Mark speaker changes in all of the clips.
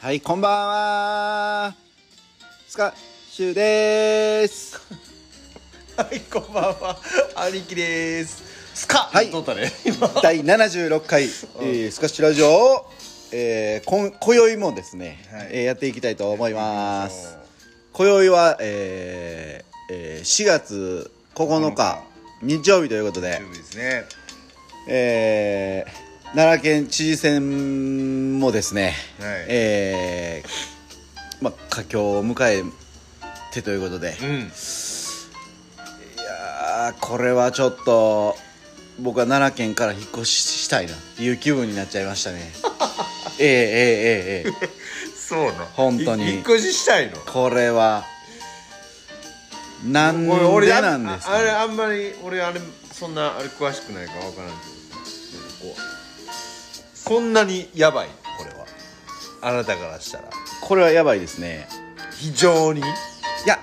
Speaker 1: はい、こんばんは。スカシュ です。
Speaker 2: はい、こんばんは。ありきです。スカ。
Speaker 1: はい
Speaker 2: どうだね。今。は
Speaker 1: 第76回、えースカッシュラジオを、えー、こん今宵もですね、
Speaker 2: はい
Speaker 1: えーやっていきたいと思います。今宵は、えーえー4月9日日曜日ということで
Speaker 2: 大丈、夫ですね。
Speaker 1: えー奈良県知事選もですね、
Speaker 2: はい
Speaker 1: えーまあ、佳境を迎えてということで、
Speaker 2: う
Speaker 1: い
Speaker 2: ん。
Speaker 1: やーこれはちょっと僕は奈良県から引っ越ししたいなっていう気分になっちゃいましたね ええええええええ
Speaker 2: そうな。
Speaker 1: 本当に
Speaker 2: い引っ越ししたいの。
Speaker 1: これはなんでなんですか、
Speaker 2: ああれ
Speaker 1: ね、
Speaker 2: あんまり俺あれそんなあれ詳しくないからわからんけど。なんかこうそんなにやばいこれは。あなたからしたら
Speaker 1: これはやばいですね
Speaker 2: 非常に。
Speaker 1: いや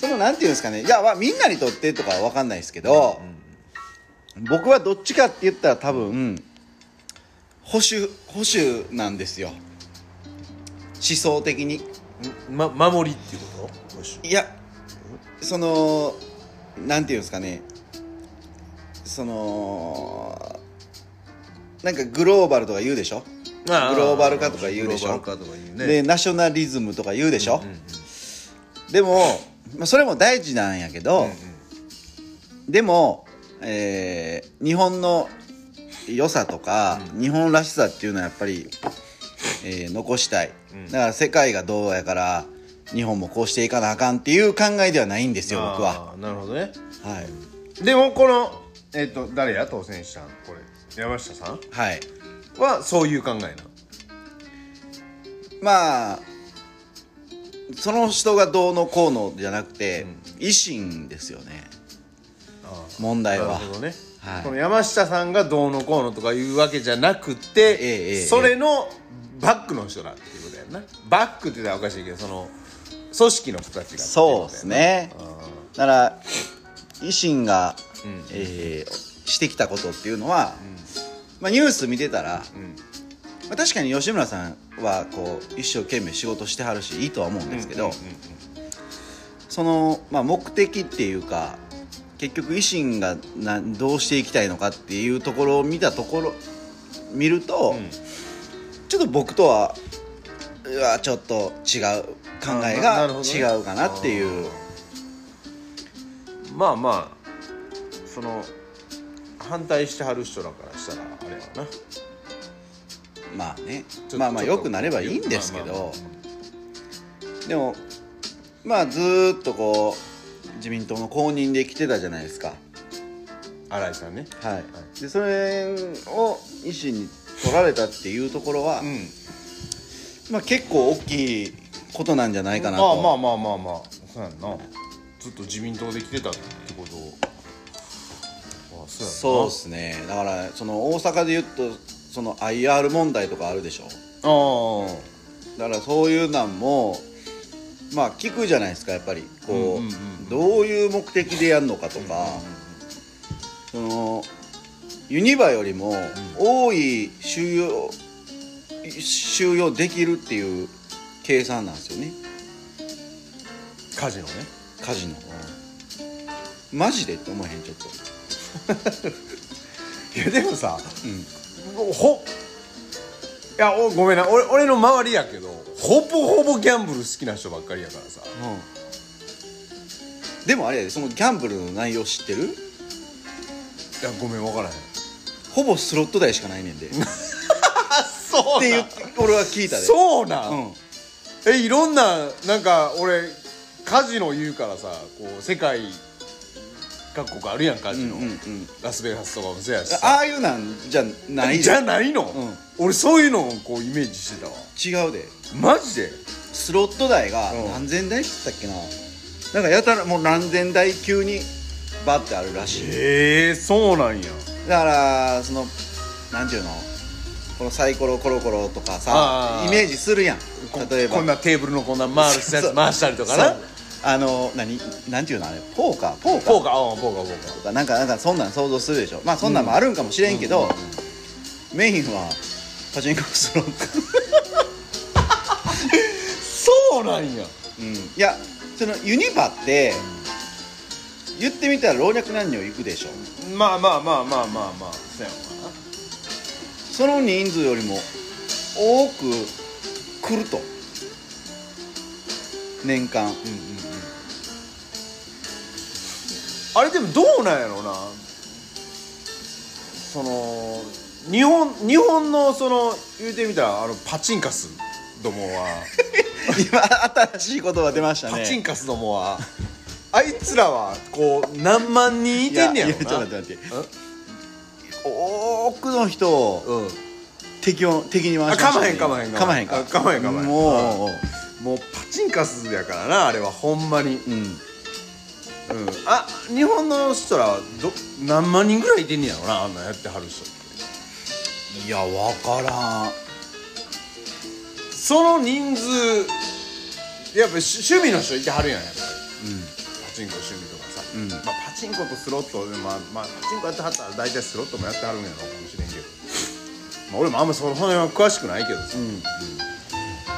Speaker 1: そのなんていうんですかねいやわみんなにとってとかは分かんないですけど、僕はどっちかって言ったら多分保守保守なんですよ思想的に
Speaker 2: うん。ま守りっていうこと。よし
Speaker 1: いやそのなんていうんですかねそのなんかグローバルとか言うでしょ
Speaker 2: グロ
Speaker 1: グローバル化とか言うでしょ
Speaker 2: グローバル化とか言うね。
Speaker 1: でナショナリズムとか言うでしょ
Speaker 2: う、んうん
Speaker 1: でも、まあ、それも大事なんやけど、
Speaker 2: うんうん
Speaker 1: でも、えー日本の良さとか、日本らしさっていうのはやっぱり、えー残したい、
Speaker 2: うん
Speaker 1: だから世界がどうやから日本もこうしていかなあかんっていう考えではないんですよ僕は、
Speaker 2: あーなるほどね
Speaker 1: はい
Speaker 2: でもこのえっ、と誰や当選したんこれ山下さん
Speaker 1: はい、
Speaker 2: はそういう考えな
Speaker 1: まあその人がどうのこうのじゃなくて、維新ですよね
Speaker 2: あ
Speaker 1: 問題は
Speaker 2: なるほどね、
Speaker 1: はい
Speaker 2: この山下さんがどうのこうのとかいうわけじゃなくて、
Speaker 1: ええええ
Speaker 2: それのバックの人だっていうことやんなバックって言ったらおかしいけどその組織の人たちが
Speaker 1: そうですねだから維新が、
Speaker 2: ん
Speaker 1: えーしてきたことっていうのは、まあ、ニュース見てたら、
Speaker 2: ん
Speaker 1: まあ、確かに吉村さんはこう一生懸命仕事してはるしいいとは思うんですけど、その、まあ、目的っていうか結局維新がなどうしていきたいのかっていうところを見たところ見ると、
Speaker 2: ん
Speaker 1: ちょっと僕とはうわちょっと違う考え
Speaker 2: あなな
Speaker 1: が
Speaker 2: るほどね
Speaker 1: 違うかなっていう。
Speaker 2: まあまあその反対してはる人らからしたらあれやわな
Speaker 1: まあね
Speaker 2: ちょ
Speaker 1: まあまあ
Speaker 2: ちょっ
Speaker 1: 良
Speaker 2: と
Speaker 1: くなればいいんですけど、
Speaker 2: まあまあま
Speaker 1: でもまあずーっとこう自民党の公認で来てたじゃないですか
Speaker 2: 新井さんね
Speaker 1: はい、でそれを維新に取られたっていうところは、
Speaker 2: うん
Speaker 1: まあ、結構大きいことなんじゃないかなと、
Speaker 2: まあまあまあまあまあそうやんなずっと自民党で来てたってことをあそうや
Speaker 1: そ
Speaker 2: ん
Speaker 1: うですねだからその大阪で言うとその IR 問題とかあるでしょ
Speaker 2: なあ
Speaker 1: だからそういうなんもまあ聞くじゃないですかやっぱりこう,、
Speaker 2: うんうんうん
Speaker 1: どういう目的でやるのかとか、そのユニバよりも多い収容収容できるっていう計算なんですよね
Speaker 2: あカジノね
Speaker 1: カジノマジでって思えへんちょっと
Speaker 2: いやでもさ、
Speaker 1: う
Speaker 2: ほいやおごめんな俺俺の周りやけどほぼほぼギャンブル好きな人ばっかりやからさ
Speaker 1: ん、でもあれやでそのギャンブルの内容知ってる
Speaker 2: いやごめん分からへん
Speaker 1: ほぼスロット台しかないねんでって
Speaker 2: あそう
Speaker 1: 言って俺は聞いたで
Speaker 2: そうなん、
Speaker 1: うん
Speaker 2: えいろんななんか俺カジノ言うからさこう世界各国あるやんカジノ、
Speaker 1: うんうんうん
Speaker 2: ラスベガスとかもそうやしさ
Speaker 1: ああいうなんじゃないで
Speaker 2: じゃないの、
Speaker 1: う
Speaker 2: 俺そういうのをこうイメージしてたわ
Speaker 1: 違うで
Speaker 2: マジで
Speaker 1: スロット台が
Speaker 2: うん
Speaker 1: 何千台って言ったっけななんかやたらもう何千台級にバッてあるらしい
Speaker 2: ええそうなんや
Speaker 1: だからそのなんていうのこのサイコロコロコロとかさ
Speaker 2: あー
Speaker 1: イメージするやん
Speaker 2: こ
Speaker 1: 例えば
Speaker 2: こんなテーブルのこんな回るや
Speaker 1: そう
Speaker 2: つ回したりとかな
Speaker 1: そうあの何なんていうのあれポーカーポーカー
Speaker 2: ポーカーうんポーカーポーカ
Speaker 1: とかなんかなんかそんなん想像するでしょまあそんなんもあるんかもしれんけど、メインはパチンコスロット
Speaker 2: そうなんや
Speaker 1: うん、いやそのユニバって言ってみたら老若男女行くでしょ
Speaker 2: まあまあまあまあまあまあそうやわ
Speaker 1: その人数よりも多く来ると年 間
Speaker 2: うんうんうんあれでもどうなんやろうなその日本日本のその言うてみたらあのパチンカスどもは、
Speaker 1: 今新しい言葉出ましたね
Speaker 2: パチンカスどもは あいつらはこう何万人いてんねや
Speaker 1: いやいやちょっ
Speaker 2: ろな
Speaker 1: と待って待って多くの人を
Speaker 2: うん
Speaker 1: 敵を敵に回して
Speaker 2: あかまへんかまへん
Speaker 1: かまへんか
Speaker 2: あかまへんかまへん
Speaker 1: もう
Speaker 2: もうパチンカスやからなあれはほんまに、うん、
Speaker 1: うん
Speaker 2: あ日本の人らはど何万人ぐらいいてんねやろなあんなやってはる人って
Speaker 1: いやわからん
Speaker 2: その人数やっぱし趣味の人いてはるやんやっぱり、パチンコ趣味とかさ、
Speaker 1: うん
Speaker 2: まあ、パチンコとスロットで、まあまあ、パチンコやってはったら大体スロットもやってはるんやろうかもしれんけど、まあ、俺もあんまその辺は詳しくないけどさ、うんで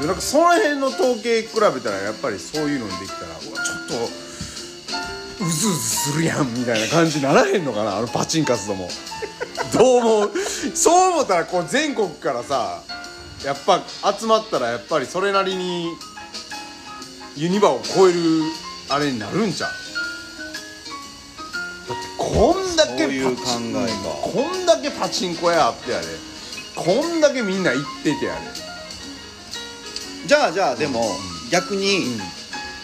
Speaker 2: もなんかその辺の統計比べたらやっぱりそういうのにできたらうわちょっとうずうずするやんみたいな感じにならへんのかなあのパチンカスども どう思うそう思ったらこう全国からさやっぱ集まったらやっぱりそれなりにユニバを超えるあれになるんちゃうだってこんだ
Speaker 1: そ
Speaker 2: け
Speaker 1: ういう考えが
Speaker 2: こんだけパチンコ屋あってやでこんだけみんな行っててやで
Speaker 1: じゃあじゃあでも逆に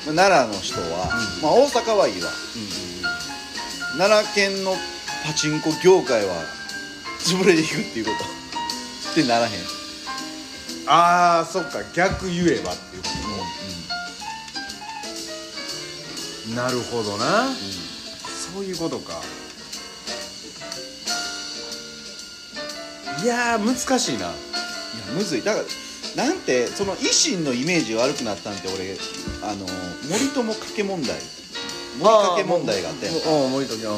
Speaker 1: 奈良の人はまあ大阪はいいわ奈良県のパチンコ業界は潰れていくっていうことってならへん
Speaker 2: ああそっか逆言えばっていうこと、なるほどな、そういうことかいやー難しいない
Speaker 1: やむずいだからなんてその維新のイメージ悪くなったんって俺あの森友賭け問題森掛け問題があって
Speaker 2: ああ森かけうん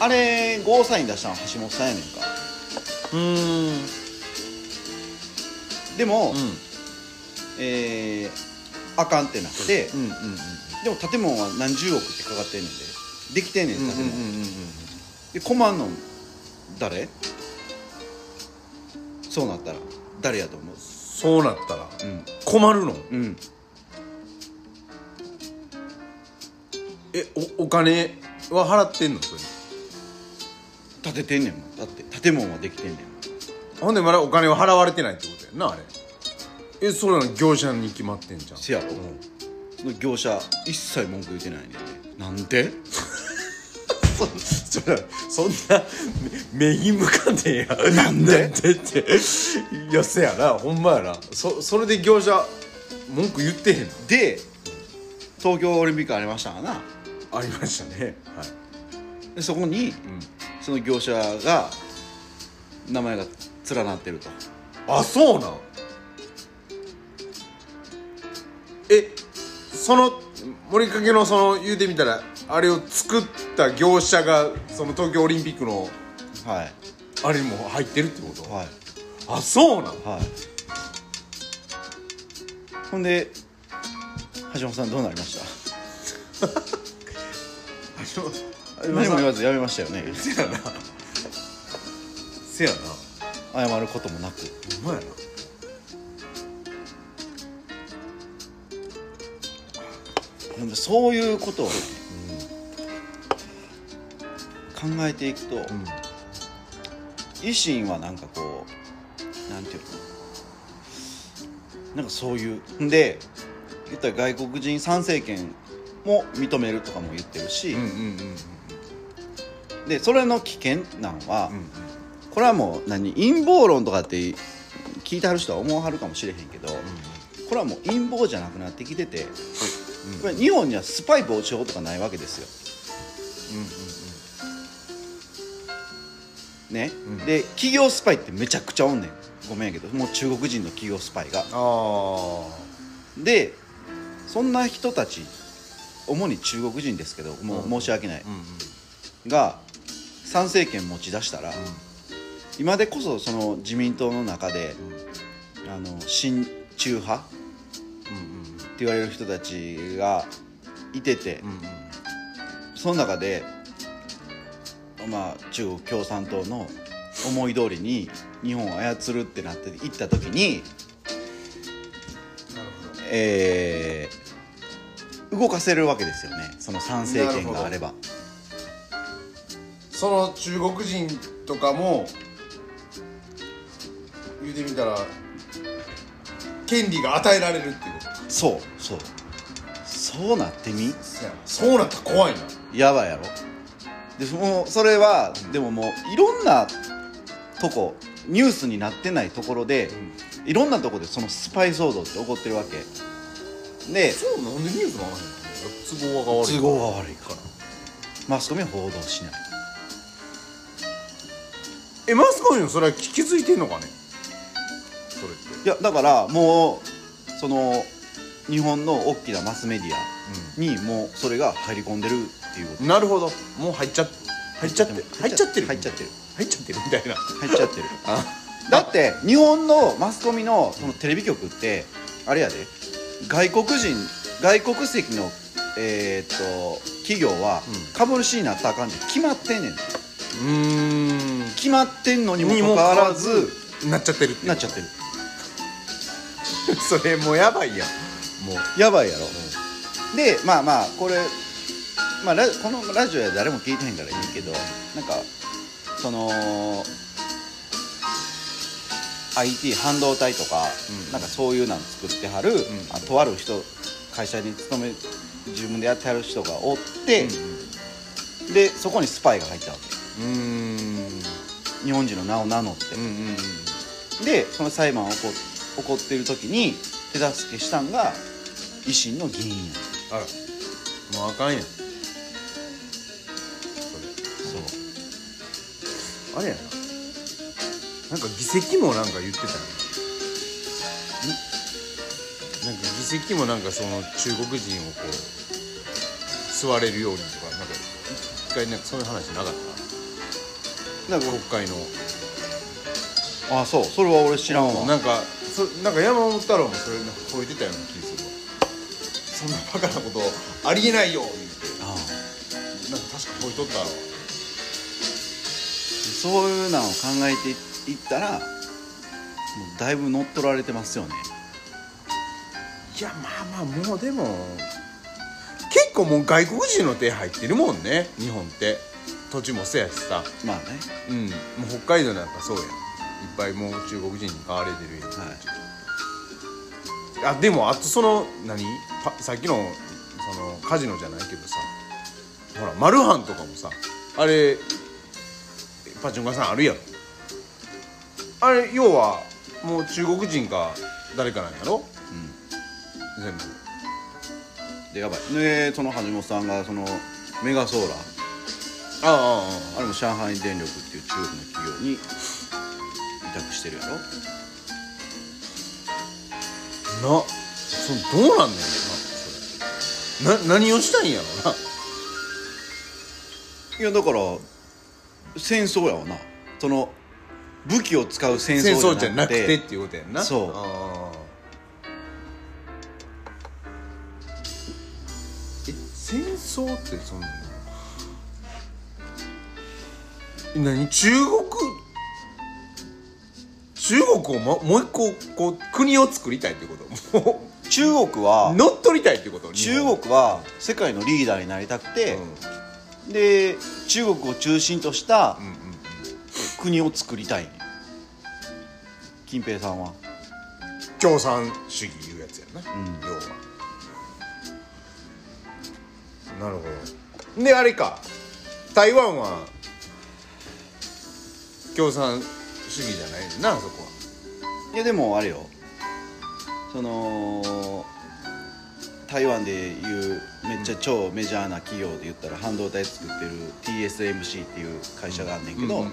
Speaker 1: あれゴーサイン出したの橋本さんやねんか
Speaker 2: うん
Speaker 1: でも、
Speaker 2: うん
Speaker 1: えーあかんってなって、
Speaker 2: うんうん
Speaker 1: でも建物は何十億ってかかってんねんでできてんねん建
Speaker 2: うんうんうん
Speaker 1: 物、
Speaker 2: うんう
Speaker 1: で困んの
Speaker 2: ん
Speaker 1: 誰そうなったら誰やと思う
Speaker 2: そうなったら
Speaker 1: うん
Speaker 2: 困るの
Speaker 1: うん
Speaker 2: えおお金は払ってんのそれ
Speaker 1: 建ててんねんもんだって建物はできてんねん
Speaker 2: ほんでまだお金は払われてないってことやんなあれえそれなの業者に決まってんじゃん
Speaker 1: せやろ、その業者一切文句言ってないねんねなんで
Speaker 2: そそんな目目に向かんでええ
Speaker 1: な
Speaker 2: やん
Speaker 1: んで
Speaker 2: でっていやせやなほんまやなそそれで業者文句言ってへんの
Speaker 1: で東京オリンピックありましたからな
Speaker 2: ありましたねはい
Speaker 1: でそこに、その業者が名前が連なってると
Speaker 2: あそうなんえその森かけのその言うてみたらあれを作った業者がその東京オリンピックの
Speaker 1: はい
Speaker 2: あれにも入ってるってこと、
Speaker 1: はい
Speaker 2: あそうなん
Speaker 1: はいほんで橋本さんどうなりました何も言わずやめましたよね
Speaker 2: せやな
Speaker 1: 謝ることもなく
Speaker 2: ほんまやな
Speaker 1: でもそういうことを考えていくと、維新はなんかこうなんていうのかななんかそういうんで言ったら外国人参政権も認めるとかも言ってるし、
Speaker 2: うんうんうん
Speaker 1: でそれの危険なんは、
Speaker 2: んうん
Speaker 1: これはもう何陰謀論とかって聞いてはる人は思わはるかもしれへんけど、これはもう陰謀じゃなくなってきてて、これ日本にはスパイ防止法とかないわけですよ。ねで企業スパイってめちゃくちゃおんねんごめんやけどもう中国人の企業スパイが。
Speaker 2: ああ
Speaker 1: でそんな人たち主に中国人ですけどもう申し訳ない、
Speaker 2: うんうん
Speaker 1: が参政権持ち出したら、今でこそその自民党の中で、あの親中派
Speaker 2: うんうん
Speaker 1: 言われる人たちがいてて、
Speaker 2: うんうん
Speaker 1: その中で、まあ、中国共産党の思い通りに日本を操るってなっていった時に、
Speaker 2: なるほど
Speaker 1: えー動かせるわけですよねその参政権があれば
Speaker 2: その中国人とかも言うてみたら権利が与えられるっていうこと
Speaker 1: そうそうそうなってみ
Speaker 2: そそうなったら怖いな
Speaker 1: やばいやろでもうそれはでももういろんなとこニュースになってないところで、いろんなとこでそのスパイ騒動って起こってるわけで
Speaker 2: そうなんでニュース回らへんの都合が悪
Speaker 1: 都合が悪いからマスコミは報道しない
Speaker 2: えマスコミもそれは気づいてんのかねそれって
Speaker 1: いやだからもうその日本の大きなマスメディアにもうそれが入り込んでるっていうこと
Speaker 2: なるほどもう入っちゃ入っちゃって
Speaker 1: 入
Speaker 2: 入
Speaker 1: っ
Speaker 2: っ
Speaker 1: ち
Speaker 2: ち
Speaker 1: ゃ
Speaker 2: ゃ
Speaker 1: っ
Speaker 2: ってて
Speaker 1: る
Speaker 2: る
Speaker 1: 入っちゃってる
Speaker 2: 入っちゃってるみたいな
Speaker 1: 入っちゃってる
Speaker 2: あ
Speaker 1: だって日本のマスコミのそのテレビ局ってあれやで外国人外国籍のえーっと企業は
Speaker 2: うん
Speaker 1: 株主になったらあかんって決まってんねん
Speaker 2: うーん
Speaker 1: 決まってんのにも
Speaker 2: に
Speaker 1: か
Speaker 2: も
Speaker 1: か
Speaker 2: か
Speaker 1: わ
Speaker 2: わ
Speaker 1: ら
Speaker 2: ら
Speaker 1: ず
Speaker 2: ずなっちゃってる
Speaker 1: なっちゃってる
Speaker 2: るそれもうやばいやんもう
Speaker 1: やばいやろ、でまあまあこれ、まあ、ラこのラジオや誰も聞いてへんからいいけどなんかその IT 半導体とか、
Speaker 2: うん
Speaker 1: なんかそういうの作ってはる、あとある人会社に勤め自分でやってはる人がおって、でそこにスパイが入ったわけ
Speaker 2: うーん
Speaker 1: 日本人の名を名乗って
Speaker 2: うんう、んうん
Speaker 1: でその裁判起こ起こってる時に手助けしたんが維新の議員やねん
Speaker 2: あらもうあかんやんそれ
Speaker 1: そう
Speaker 2: あれやななんか議席もなんか言ってたよねなんか議席もなんかその中国人をこう座れるようにとかなんか一回なんかそういう話なかった
Speaker 1: なんか
Speaker 2: 国会の
Speaker 1: あそうそれは俺知らんわ
Speaker 2: なんかそなんか山本太郎もそれなんか超えてたような気するわそんなバカなことありえないよ言って
Speaker 1: あ
Speaker 2: なんか確か超えとったわ
Speaker 1: そういうのを考えていったらもうだいぶ乗っ取られてますよね
Speaker 2: いやまあまあもうでも結構もう外国人の手入ってるもんね日本って土地もそうやしさ
Speaker 1: まあね
Speaker 2: うんもう北海道なんかそうやんいっぱいもう中国人に買われてるやん
Speaker 1: はい
Speaker 2: あでもあとその何パさっきのそのカジノじゃないけどさほらマルハンとかもさあれパチンコ屋さんあるやんあれ要はもう中国人か誰かなんやろ、全部
Speaker 1: でやばいでその橋本さんがそのメガソーラー
Speaker 2: ああああああ
Speaker 1: あれも上海電力っていう中国の企業に委託してるやろ
Speaker 2: なそのどうなんねんなそれな何をしたいんやろない
Speaker 1: やだから戦争やわなその武器を使う戦
Speaker 2: 戦
Speaker 1: 争
Speaker 2: 争
Speaker 1: じ
Speaker 2: じ
Speaker 1: ゃ
Speaker 2: ゃ
Speaker 1: な
Speaker 2: な
Speaker 1: く
Speaker 2: く
Speaker 1: て
Speaker 2: てっていうことやんな
Speaker 1: そう
Speaker 2: ああえ戦争ってそんなえ何中国中国を、ま、もう一個こう国を作りたいってことも
Speaker 1: 中国
Speaker 2: う
Speaker 1: は
Speaker 2: 乗っ取りたいってこと
Speaker 1: 中国は世界のリーダーになりたくて、
Speaker 2: で、うん
Speaker 1: で中国を中心とした
Speaker 2: うんうんうん、
Speaker 1: 国を作りたい金平さんは
Speaker 2: 共産主義いうやつやな、
Speaker 1: ん
Speaker 2: 要はなるほどであれか台湾は共産主義じゃないねんなあそこはい
Speaker 1: やでもあれよその台湾でいうめっちゃ超メジャーな企業で言ったら半導体作ってる TSMC っていう会社があんねんけど、
Speaker 2: うんうんうんい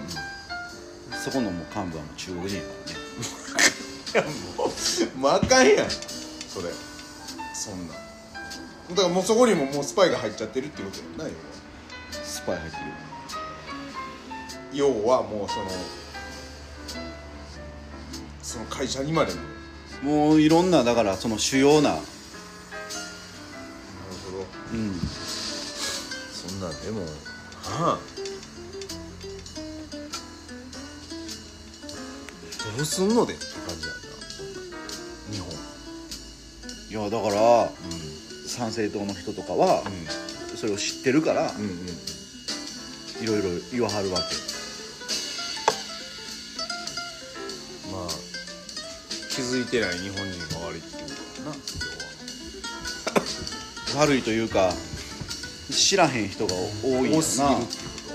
Speaker 1: そこのもう幹部はもう中国人やからね
Speaker 2: やもうもうあかんやんそれそんなだからもうそこにももうスパイが入っちゃってるっていうことやんな
Speaker 1: スパイ入ってる
Speaker 2: 要は要はもうそのその会社にまでも
Speaker 1: もういろんなだからその主要なうん
Speaker 2: そんなんでもはあどうすんのでって感じやな日本
Speaker 1: いやだから参政党の人とかは、それを知ってるから、
Speaker 2: うんうん
Speaker 1: いろいろ言わはるわけ
Speaker 2: まあ気づいてない日本人が悪いっていうことかな
Speaker 1: 悪いというか知らへん人が多い
Speaker 2: 要
Speaker 1: ん
Speaker 2: は
Speaker 1: や
Speaker 2: 多すぎる
Speaker 1: な
Speaker 2: っていうこ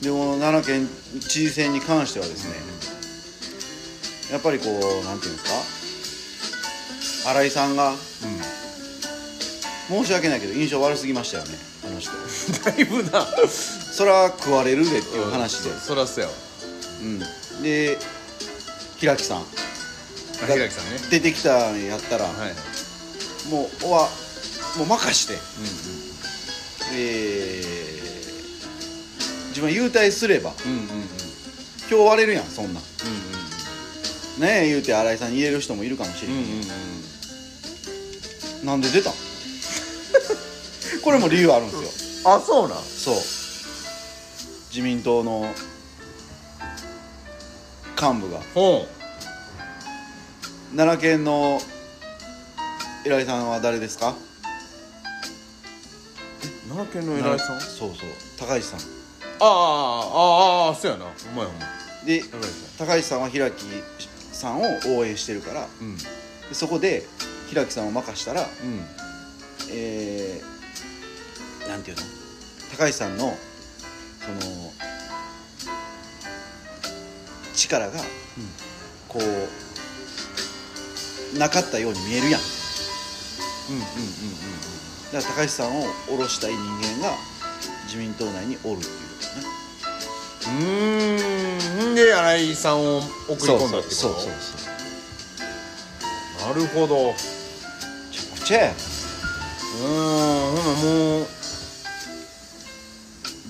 Speaker 1: でも奈良県知事選に関してはですね、やっぱりこうなんていうんですか新井さんが
Speaker 2: と、うん
Speaker 1: 申し訳ないけど印象悪すぎましたよねあの人
Speaker 2: だいぶな
Speaker 1: そら食われるでっていう話で
Speaker 2: うん、そらそうやわ
Speaker 1: うん、で平木さん
Speaker 2: あ平木さんね
Speaker 1: 出てきたんやったら、
Speaker 2: はいはい
Speaker 1: もうおわもう任して、
Speaker 2: う
Speaker 1: えー自分は優待すれば
Speaker 2: んうんうんうんうんうん
Speaker 1: 今日割れるやんそんなんねえ言うて新井さんに言える人もいるかもしれ、
Speaker 2: うんんうんうん
Speaker 1: なんで出た んこれも理由あるんですよ
Speaker 2: あそうなん
Speaker 1: そう自民党の幹部が
Speaker 2: ほ
Speaker 1: 奈良県の偉いさんは誰ですか
Speaker 2: う奈良県の偉いさんあ
Speaker 1: そうそう高橋さん
Speaker 2: あああああそうやなほんまやほんま
Speaker 1: で
Speaker 2: 偉いさ
Speaker 1: 高橋さんは平木さんを応援してるから
Speaker 2: んうん
Speaker 1: でそこで平木さんを任したら
Speaker 2: うん
Speaker 1: えー、なんていうの高橋さんのその力がこう、なかったように見えるやん
Speaker 2: うんうん
Speaker 1: だから高橋さんを下ろしたい人間が自民党内におるっていうね
Speaker 2: うんうんうんで新井さんを送り込んだってこと
Speaker 1: そうそうそう
Speaker 2: なるほどう
Speaker 1: めちゃくちゃや
Speaker 2: ーんほなもう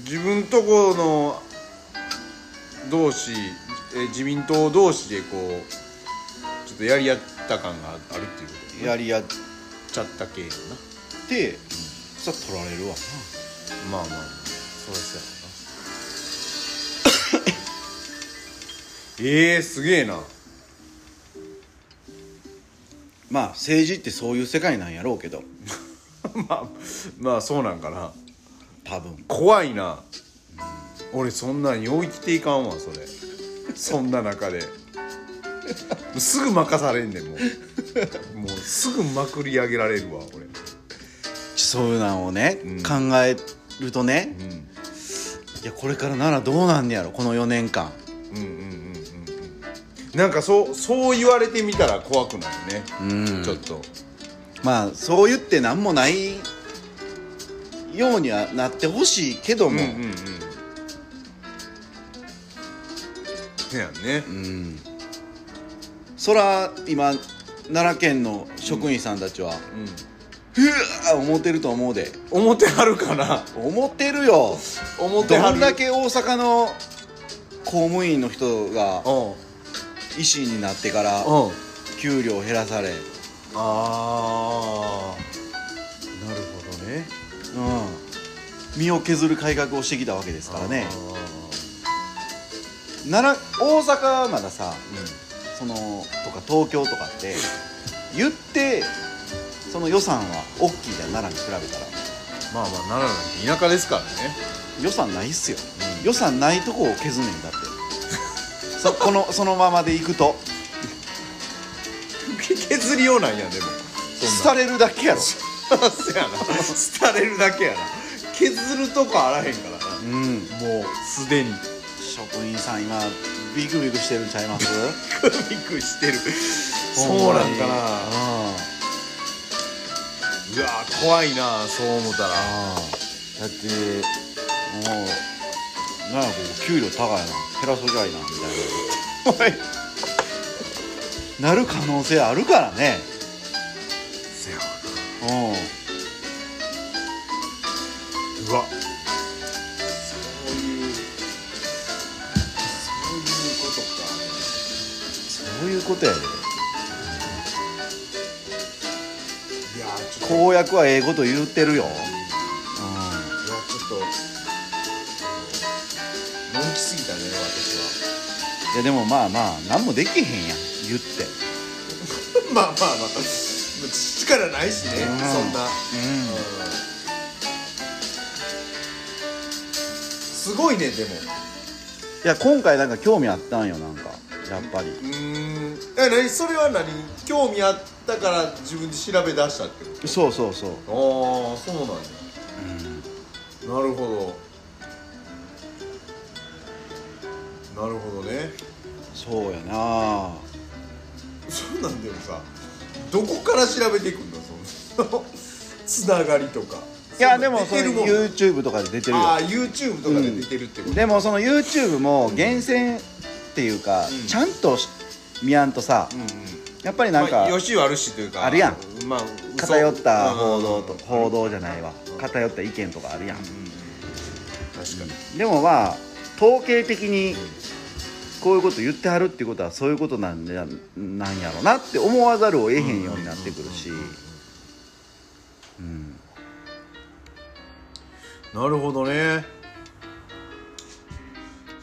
Speaker 2: 自分とこの同士え自民党同士でこうちょっとやり合った感があるっていうことね
Speaker 1: やり合っ
Speaker 2: ちゃった系やな
Speaker 1: てそしたら取られるわ
Speaker 2: まあまあそうですやろなええー、すげえな
Speaker 1: まあ政治ってそういう世界なんやろうけど
Speaker 2: まあまあそうなんかな
Speaker 1: 多分
Speaker 2: 怖いな、俺そんなんよう生きていかんわそれそんな中ですぐ任されんねんもうもうすぐまくり上げられるわ俺
Speaker 1: そういうのをね、
Speaker 2: うん
Speaker 1: 考えるとね、
Speaker 2: うん
Speaker 1: いやこれからならどうなんねやろこの4年間
Speaker 2: うんうんうんうんうんなんかそうそう言われてみたら怖くなる
Speaker 1: う
Speaker 2: ね、
Speaker 1: ん
Speaker 2: ちょっと
Speaker 1: まあそう言って何もないようにはなってほしいけど
Speaker 2: うん
Speaker 1: も
Speaker 2: うんうんせやんね
Speaker 1: うん、そら今奈良県の職員さんたちは
Speaker 2: うん
Speaker 1: 「ふわー思ってると思うで
Speaker 2: 思ってはるかな
Speaker 1: 思ってるよ
Speaker 2: 思っては
Speaker 1: ど
Speaker 2: る
Speaker 1: んだけ大阪の公務員の人が
Speaker 2: うんうん
Speaker 1: 維新になってから給料減らされうん
Speaker 2: ああなるほどね
Speaker 1: 身を削る改革をしてきたわけですからね
Speaker 2: あー
Speaker 1: 奈良大阪はまださそのとか東京とかって言ってその予算は大きいじゃん奈良に比べたら
Speaker 2: まあまあ奈良なんて田舎ですからね
Speaker 1: 予算ないっすよ、
Speaker 2: うん
Speaker 1: 予算ないとこを削んねんだってそ このそのままでいくと
Speaker 2: 削りようなんやでも そ
Speaker 1: 廃れるだけやろ
Speaker 2: んなそやな廃れるだけやな削るとこあらへんからな
Speaker 1: うん
Speaker 2: もうす でに
Speaker 1: 職員さん今ビクビクしてるんちゃいます
Speaker 2: クビクしてる
Speaker 1: ほ
Speaker 2: そう
Speaker 1: ま
Speaker 2: な
Speaker 1: に
Speaker 2: んかな
Speaker 1: うん
Speaker 2: うわー怖いなそう思ったら
Speaker 1: ああだってもうなんやここ給料高いな減らそうじゃいなみたいななる可能性あるからね
Speaker 2: せや
Speaker 1: う
Speaker 2: うわそういうそういうことか
Speaker 1: んそういうことやで
Speaker 2: いやーちょっと
Speaker 1: 公約はええこと言ってるよいやでもまあまあ何もできへんやん言って
Speaker 2: まあまあまあ力ないしね、
Speaker 1: うん
Speaker 2: そんな、
Speaker 1: ん
Speaker 2: すごいねでも
Speaker 1: いや今回なんか興味あったんよなんかやっぱり
Speaker 2: うーんえ何それは何興味あったから自分で調べ出したってこと
Speaker 1: そうそうそう
Speaker 2: ああそうなんや、なるほどなるほどね
Speaker 1: そうやな
Speaker 2: そうなんでもさどこから調べていくんだそのつながりとか
Speaker 1: いやでもそ
Speaker 2: そん
Speaker 1: の
Speaker 2: な出てるもん
Speaker 1: YouTube とかで出てるよ
Speaker 2: ああ YouTube とかで出てるってこと、
Speaker 1: でもその YouTube も厳選っていうか、
Speaker 2: ん
Speaker 1: ちゃんとし見やんとさ、
Speaker 2: うんうん
Speaker 1: やっぱりなんか
Speaker 2: まあ、よし悪しというか
Speaker 1: あるやん
Speaker 2: まあ嘘
Speaker 1: 偏った報道と
Speaker 2: うん
Speaker 1: 報道じゃないわ
Speaker 2: うん
Speaker 1: 偏った意見とかあるやん
Speaker 2: うんうん確かに
Speaker 1: でもまあ統計的にこういうこと言ってはるってことはそういうことなんじゃなんやろなって思わざるを得へんようになってくるしうん
Speaker 2: なるほどね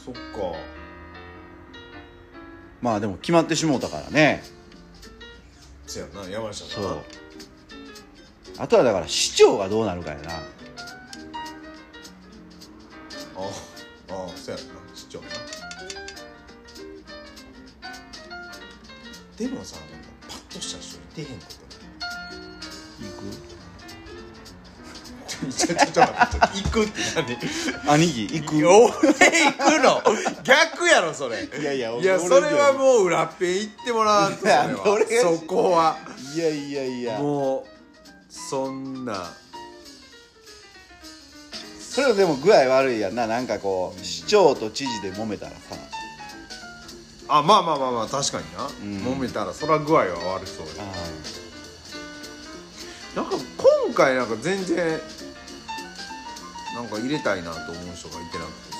Speaker 2: そっか
Speaker 1: まあでも決まってしもうたからね
Speaker 2: せやな山下
Speaker 1: そ
Speaker 2: な
Speaker 1: うあとはだから市長がどうなるかやな
Speaker 2: あああそうやな市長なでもさなんかパッとした人いてへんことね ちょちょちょ待ってちょ行くって
Speaker 1: 兄貴行
Speaker 2: 何
Speaker 1: く
Speaker 2: 俺行くの逆やろそれ
Speaker 1: いやいや
Speaker 2: いや
Speaker 1: 俺
Speaker 2: それはもう裏っぺ行ってもらわんとそれ
Speaker 1: いや俺が
Speaker 2: はそこはい
Speaker 1: やいやいや
Speaker 2: もうそんな
Speaker 1: それはでも具合悪いやんななんかこう市長と知事で揉めたらさ
Speaker 2: あまあまあまあまあ確かにな、
Speaker 1: ん
Speaker 2: 揉めたらそら具合は悪そうやなんか今回なんか全然なんか入れたいなと思う人がいてなくてさ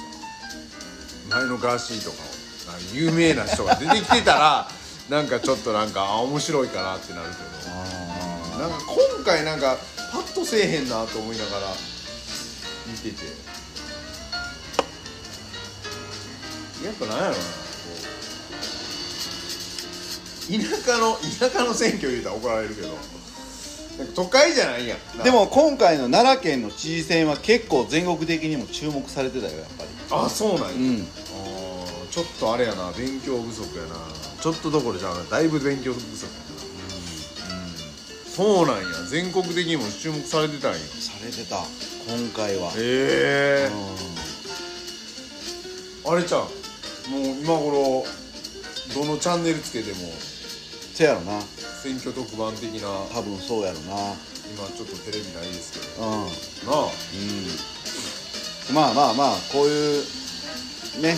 Speaker 2: 前のガーシーとかをなんか有名な人が出てきてたらなんかちょっとなんかあ面白いかなってなるけどなんか今回なんかパッとせえへんなと思いながら見ててやっぱなんやろなこう田舎の田舎の選挙言うたら怒られるけどなんか都会じゃないやんなんか
Speaker 1: でも今回の奈良県の知事選は結構全国的にも注目されてたよやっぱ
Speaker 2: あそうなんや、
Speaker 1: りうん
Speaker 2: あーちょっとあれやな勉強不足やなちょっとどころじゃないだいぶ勉強不足やな、うんそうなんや全国的にも注目されてたんやへ
Speaker 1: されてた今回は
Speaker 2: え
Speaker 1: う
Speaker 2: あれちゃんもう今頃どのチャンネルつけても
Speaker 1: んせやろな
Speaker 2: 選挙特番的な
Speaker 1: 多分そうやろな
Speaker 2: 今ちょっとテレビないですけ
Speaker 1: うん、うん、
Speaker 2: どなあ
Speaker 1: まあまあまあこういうね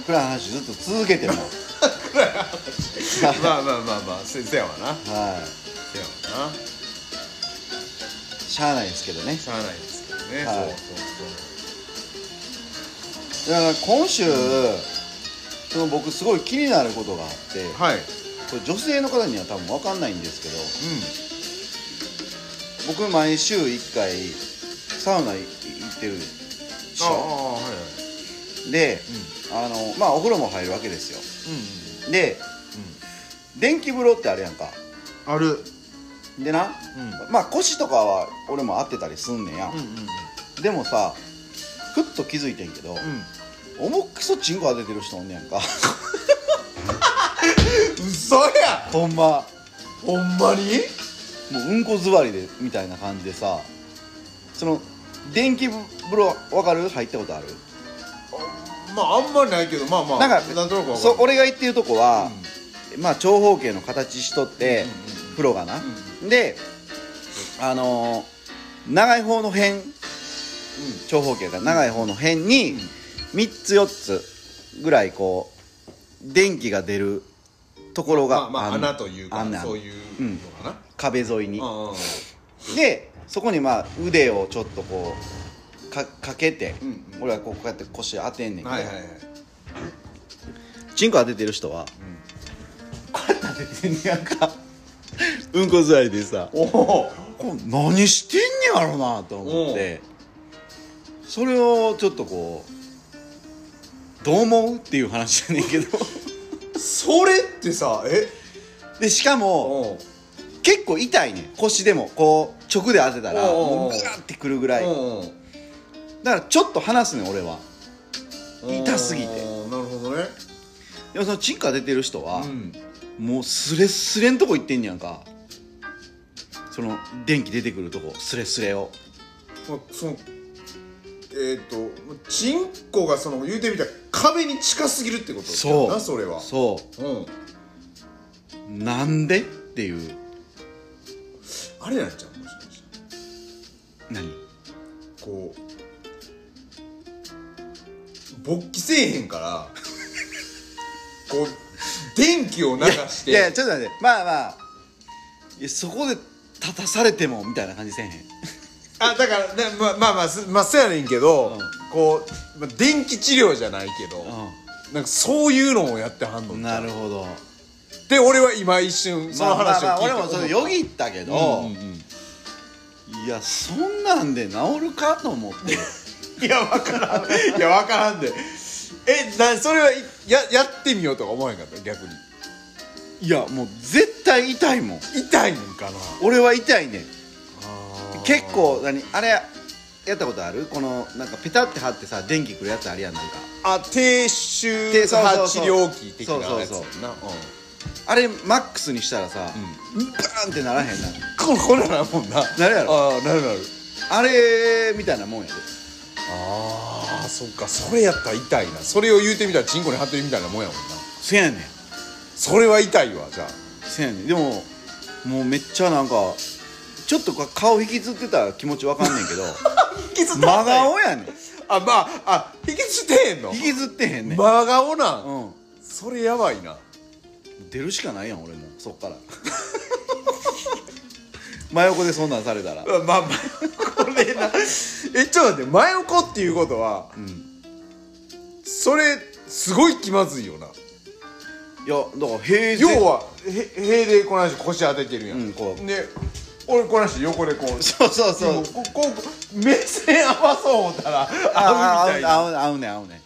Speaker 2: う
Speaker 1: 暗い話ずっと続 けても
Speaker 2: んまあまあまあまあせせやわな
Speaker 1: は
Speaker 2: せやわない
Speaker 1: しゃあないですけどね
Speaker 2: しゃあないですけどね、
Speaker 1: はい
Speaker 2: そうそうそう
Speaker 1: だから今週、その僕すごい気になることがあって
Speaker 2: はい、うん、
Speaker 1: これ女性の方には多分分かんないんですけど僕毎週1回サウナい行ってるでし
Speaker 2: ああ
Speaker 1: ょ
Speaker 2: はいはい
Speaker 1: で、
Speaker 2: うん
Speaker 1: あのまあお風呂も入るわけですよ
Speaker 2: う
Speaker 1: で電気風呂ってあるやんか
Speaker 2: んある
Speaker 1: でな、
Speaker 2: うん
Speaker 1: まあ腰とかは俺も合ってたりすんねんや、
Speaker 2: うんうん
Speaker 1: でもさふっと気づいてんけど、重っくそチンコ当ててる人おんねやんか
Speaker 2: 嘘や
Speaker 1: ほんま
Speaker 2: ほんまに
Speaker 1: もううんこ座りでみたいな感じでさその電気風呂わかる入ったことある
Speaker 2: まああんまりないけどまあまあ
Speaker 1: なんか
Speaker 2: なんとなくわかる
Speaker 1: そう俺が行ってるとこは、まあ長方形の形しとって、風呂がな、であのー長い方の辺、長方形が長い方の辺に、3つ4つぐらいこう電気が出るところ
Speaker 2: ま
Speaker 1: が、
Speaker 2: あまあ
Speaker 1: ん
Speaker 2: 穴というか
Speaker 1: あんねん
Speaker 2: そういうのかな
Speaker 1: 壁沿いに
Speaker 2: ああ
Speaker 1: でそこにまあ腕をちょっとこうかかけて、
Speaker 2: うんうん
Speaker 1: 俺はこうこうやって腰当てんねんけど、
Speaker 2: はいはいはい
Speaker 1: チンコ当ててる人は、こうやって当ててんねやんかうんこ座りでさ
Speaker 2: おお
Speaker 1: これ何してんねやろなと思ってそれをちょっとこうどう思うっていう話やねんけど
Speaker 2: それってさえ
Speaker 1: でしかも
Speaker 2: おう
Speaker 1: 結構痛いねん腰でもこう直で当てたら
Speaker 2: おうおうおう
Speaker 1: もうガーってくるぐらい
Speaker 2: おう
Speaker 1: だからちょっと離すねん俺は
Speaker 2: おう
Speaker 1: 痛すぎて
Speaker 2: なるほどね
Speaker 1: でもそのチンカ出てる人は
Speaker 2: う、ん
Speaker 1: もうスレスレんとこ行ってんねやんかその電気出てくるとこスレスレを
Speaker 2: まそのえっ、とチンコがその言うてみたら壁に近すぎるってこと
Speaker 1: そう
Speaker 2: やなそれは、
Speaker 1: そう
Speaker 2: ん、
Speaker 1: うなんでっていう
Speaker 2: あれやっちゃうもしかして
Speaker 1: 何
Speaker 2: こう勃起せえへんからこう電気を流して
Speaker 1: いやいやちょっと待ってまあまあいやそこで立たされてもみたいな感じせえへん
Speaker 2: あだから、ね、まあまあまあすまあそうやねんけど、
Speaker 1: うん
Speaker 2: こう、まあ、電気治療じゃないけど、なんかそういうのをやってはんの
Speaker 1: うんなるほど
Speaker 2: で俺は今一瞬その話を聞いて、
Speaker 1: 俺もそれよぎったけど、
Speaker 2: うんうんうん
Speaker 1: いやそんなんで治るかと思って
Speaker 2: いや分からんいや分からんでえなそれはいややってみようとか思わへんかった逆
Speaker 1: い
Speaker 2: に
Speaker 1: やもう絶対痛いもん
Speaker 2: 痛いんかな
Speaker 1: 俺は痛いねん結構何あれやったことあるこのなんかペタって貼ってさ電気くるやつあるやんなんか
Speaker 2: あ低周
Speaker 1: 低そうそう
Speaker 2: 波治
Speaker 1: そう
Speaker 2: 療器的なやつ
Speaker 1: そうそう
Speaker 2: なうん
Speaker 1: あれマックスにしたらさ、バーンってならへんな
Speaker 2: このこんなんもんな
Speaker 1: なるやろ
Speaker 2: ああなるなる
Speaker 1: あれみたいなもんやで
Speaker 2: ああそっかそれやったら痛いなそれを言うてみたらチンコに貼ってるみたいなもんやもんな
Speaker 1: せやねん
Speaker 2: それは痛いわじゃあ
Speaker 1: せやねんでももうめっちゃなんかちょっとか顔引きずってたら気持 ちわかんねんけど
Speaker 2: 真
Speaker 1: 真顔やねん
Speaker 2: あまああ引きずってへんの
Speaker 1: 引きずってへんねん、
Speaker 2: 真顔なん、
Speaker 1: うん
Speaker 2: それやばいな
Speaker 1: 出るしかないやん俺もそっから 真横でそんなんされたら
Speaker 2: まあまあこれなえちょっと待って真横っていうことは、
Speaker 1: ん
Speaker 2: それすごい気まずいよない
Speaker 1: やだから平然
Speaker 2: 要はへ塀でこの人腰当ててるやん、
Speaker 1: うんこう
Speaker 2: で俺この人横でこう
Speaker 1: そうそうそう
Speaker 2: もここう目線合わそう思ったら合うみたいなあ
Speaker 1: あ合う合うね合うね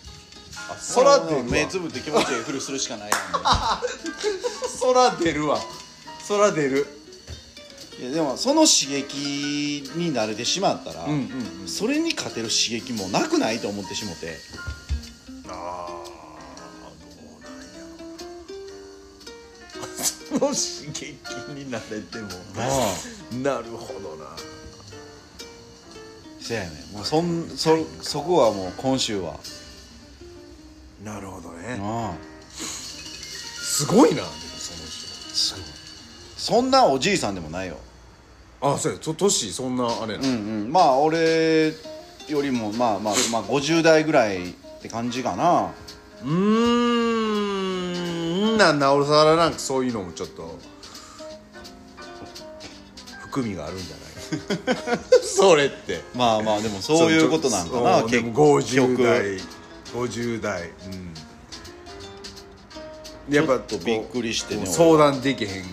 Speaker 2: そら出るわ
Speaker 1: 目つぶって気持ちいいふるするしかないや
Speaker 2: そら出るわそら出る
Speaker 1: ん いやでもその刺激に慣れてしまったら、
Speaker 2: うんうんう
Speaker 1: それに勝てる刺激もなくないと思ってしもて
Speaker 2: あーどうなんやろな その刺激に慣れてもなるほどな
Speaker 1: せやねんもうそんそそこはもう今週は
Speaker 2: なるほどね
Speaker 1: ああ
Speaker 2: すごいなでもその人
Speaker 1: すごいそんなおじいさんでもないよ
Speaker 2: あそうやとトシそんなあれな
Speaker 1: うんうんまあ俺よりもまあまあまあ50代ぐらいって感じかな
Speaker 2: うーんなんなおさらなんかそういうのもちょっと 含みがあるんじゃない それって
Speaker 1: まあまあでも そういうことなんかな
Speaker 2: そう
Speaker 1: 結
Speaker 2: でも50
Speaker 1: 局
Speaker 2: 代50代うんやっぱ
Speaker 1: ちょっとびっくりしてね
Speaker 2: こう相談できへん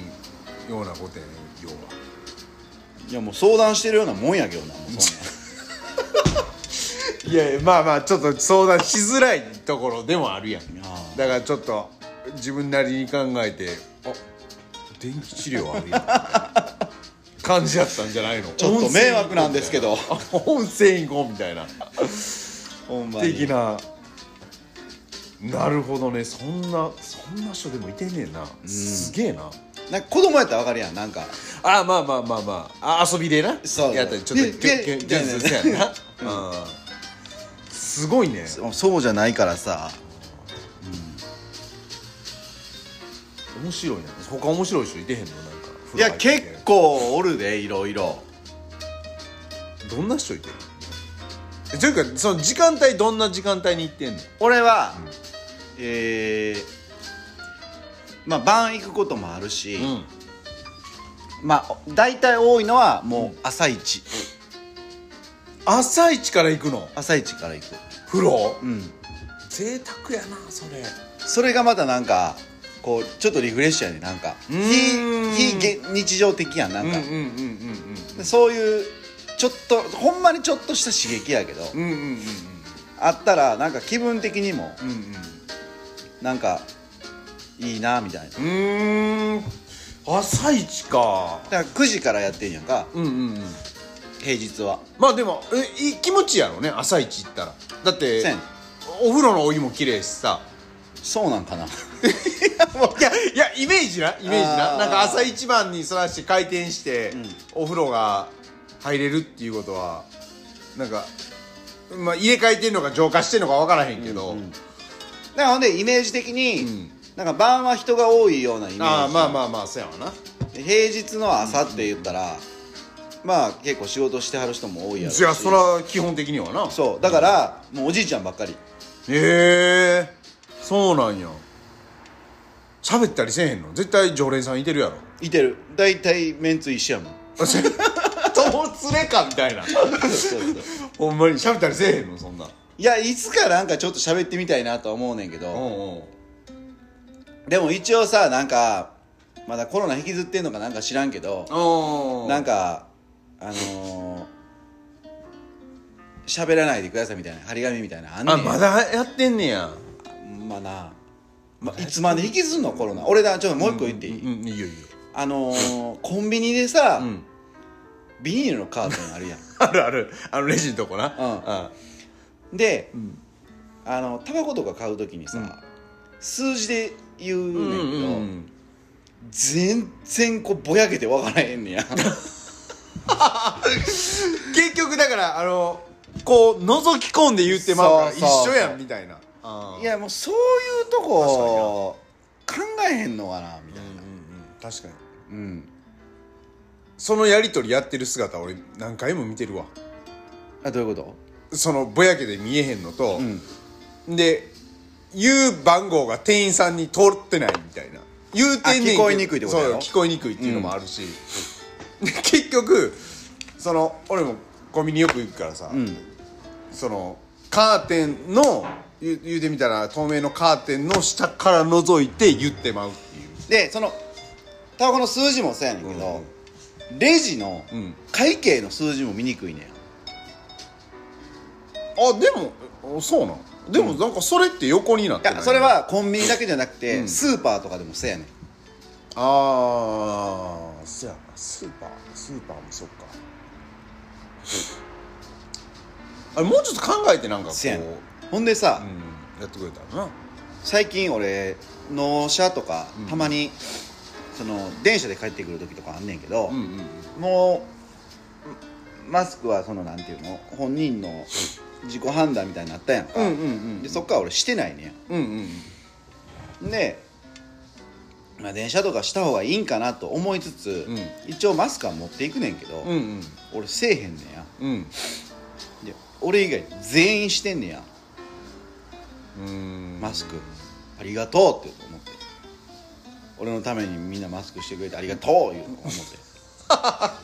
Speaker 2: ようなことやね要はい
Speaker 1: やもう相談してるようなもんやけどなもうそんなん
Speaker 2: いやいやまあまあちょっと相談しづらいところでもあるやん
Speaker 1: あ
Speaker 2: だからちょっと自分なりに考えてあ電気治療あるやん感じやったんじゃないの
Speaker 1: ちょっと迷惑なんですけど
Speaker 2: 温泉行こうみたいな
Speaker 1: ほんまに
Speaker 2: 的ななるほどねそんなそんな人でもいてんねえな、すげえな
Speaker 1: なんか子供やったらわかるやんなんか
Speaker 2: あまあまあまあまああ遊びでな
Speaker 1: そう
Speaker 2: やったらちょっ
Speaker 1: で
Speaker 2: とギュッギュッ
Speaker 1: で
Speaker 2: ギュッギュッ
Speaker 1: で
Speaker 2: せ やな、うんすごいね
Speaker 1: そうじゃないからさ
Speaker 2: 面白いな他面白い人いてへんのなんか
Speaker 1: いや結構おるでいろいろ
Speaker 2: どんな人いてるえというかその時間帯どんな時間帯に行ってんの
Speaker 1: 俺は、えーまあ晩行くこともあるし、
Speaker 2: うん
Speaker 1: まあ大体多いのはもう朝一、
Speaker 2: 朝一から行くの
Speaker 1: 朝一から行く
Speaker 2: 風呂
Speaker 1: うん
Speaker 2: 贅沢やなそれ
Speaker 1: それがまたなんかこうちょっとリフレッシュやねなんか
Speaker 2: うーん
Speaker 1: 非非げ日常的やんなん
Speaker 2: うん
Speaker 1: か
Speaker 2: うん、うんうんうん
Speaker 1: そういうちょっとほんまにちょっとした刺激やけど、
Speaker 2: うんうんうんうん
Speaker 1: あったらなんか気分的にも
Speaker 2: うん
Speaker 1: なんかいいなみたいな
Speaker 2: うんうーん朝一か
Speaker 1: だから9時からやってんやんか
Speaker 2: うんうんうん
Speaker 1: 平日は
Speaker 2: まあでもえいい気持ちやろね朝一行ったらだって
Speaker 1: せん
Speaker 2: お風呂のお湯も綺麗しさ
Speaker 1: そうなんかな
Speaker 2: いやいやイメージなイメージ
Speaker 1: あ
Speaker 2: な
Speaker 1: ー
Speaker 2: なんか朝一番にそらして回転して、お風呂が入れるっていうことはなんか、まあ、入れ替えてんのか浄化してんのか分からへんけど、
Speaker 1: なのでイメージ的に、
Speaker 2: ん
Speaker 1: なんか晩は人が多いようなイメージ
Speaker 2: ああまあまあまあそうやわな
Speaker 1: 平日の朝って言ったら、まあ結構仕事してはる人も多いやろうし
Speaker 2: じゃあそら基本的にはな
Speaker 1: そうだから、もうおじいちゃんばっかり
Speaker 2: へえそうなんや喋ったりせえへんの絶対常連さんいてるやろ
Speaker 1: いてる大体メンツ一緒やもん
Speaker 2: 友連れかみたいな
Speaker 1: そうそう
Speaker 2: ほんまに喋ったりせえへんのそんない
Speaker 1: やいつかなんかちょっと喋ってみたいなとは思うねんけ
Speaker 2: う
Speaker 1: ど、
Speaker 2: んうん
Speaker 1: でも一応さなんかまだコロナ引きずってんのかなんか知らんけど、
Speaker 2: うん
Speaker 1: なんかあのー喋らないでくださいみたいな張り紙みたいなあんねん
Speaker 2: あまだやってんねや
Speaker 1: まあな、まあ、いつまで引きずんのコロナ俺だちょっともう一個言っていい、
Speaker 2: うんいいよいいよ
Speaker 1: あのーコンビニでさ、
Speaker 2: ん
Speaker 1: ビニールのカーテンあるやん
Speaker 2: あるあるあのレジのとこな
Speaker 1: で、あのタバコとか買う時にさ、数字で言う
Speaker 2: うん
Speaker 1: ねんけど、
Speaker 2: うんうん
Speaker 1: 全然こうぼやけて分からへんねや
Speaker 2: 結局だからあのこう覗き込んで言ってまうから
Speaker 1: そう
Speaker 2: 一
Speaker 1: そう
Speaker 2: 緒やんみたいなあー
Speaker 1: いやもうそういうとこ考えへんのかなみたい
Speaker 2: うんうん
Speaker 1: な
Speaker 2: うん確かに
Speaker 1: うん、
Speaker 2: そのやり取りやってる姿俺何回も見てるわ
Speaker 1: あどういうこと
Speaker 2: そのぼやけで見えへんのと
Speaker 1: う、ん
Speaker 2: で言う番号が店員さんに通ってないみたいな言うてんね
Speaker 1: あ
Speaker 2: んけど
Speaker 1: 聞こえにくいってことやろ
Speaker 2: そう聞こえにくいっていうのもあるし、で結局その俺もコンビニよく行くからさ、
Speaker 1: うん
Speaker 2: そのカーテンの言う言うてみたら透明のカーテンの下から覗いて言ってまうっていう
Speaker 1: でそのタバコの数字もそうやねんけど、レジの
Speaker 2: うん
Speaker 1: 会計の数字も見にくいねん
Speaker 2: あでもあそうなんでもなんかそれって横になっ
Speaker 1: い
Speaker 2: てない
Speaker 1: やそれはコンビニだけじゃなくて、
Speaker 2: うん
Speaker 1: スーパーとかでもそうやねん
Speaker 2: ああそやなスーパースーパーもそっかあれもうちょっと考えてなんかこう、
Speaker 1: せやね
Speaker 2: うん
Speaker 1: ほんでさ、
Speaker 2: ん、やってくれたらな
Speaker 1: 最近俺納車とかたまに、その電車で帰ってくる時とかあんねんけど、
Speaker 2: うんうんうん
Speaker 1: もうマスクはそのなんていうの本人の自己判断みたいになったやんか、
Speaker 2: うんうんうん
Speaker 1: でそっから俺してないね
Speaker 2: うんうん
Speaker 1: んで、まあ、電車とかした方がいいんかなと思いつつ、
Speaker 2: うん
Speaker 1: 一応マスクは持っていくねんけど、
Speaker 2: うんうん
Speaker 1: 俺せえへんねんや
Speaker 2: うん
Speaker 1: で俺以外全員してんねんや
Speaker 2: うん
Speaker 1: マスクありがとうって思って俺のためにみんなマスクしてくれてありがとういう思って、
Speaker 2: まあ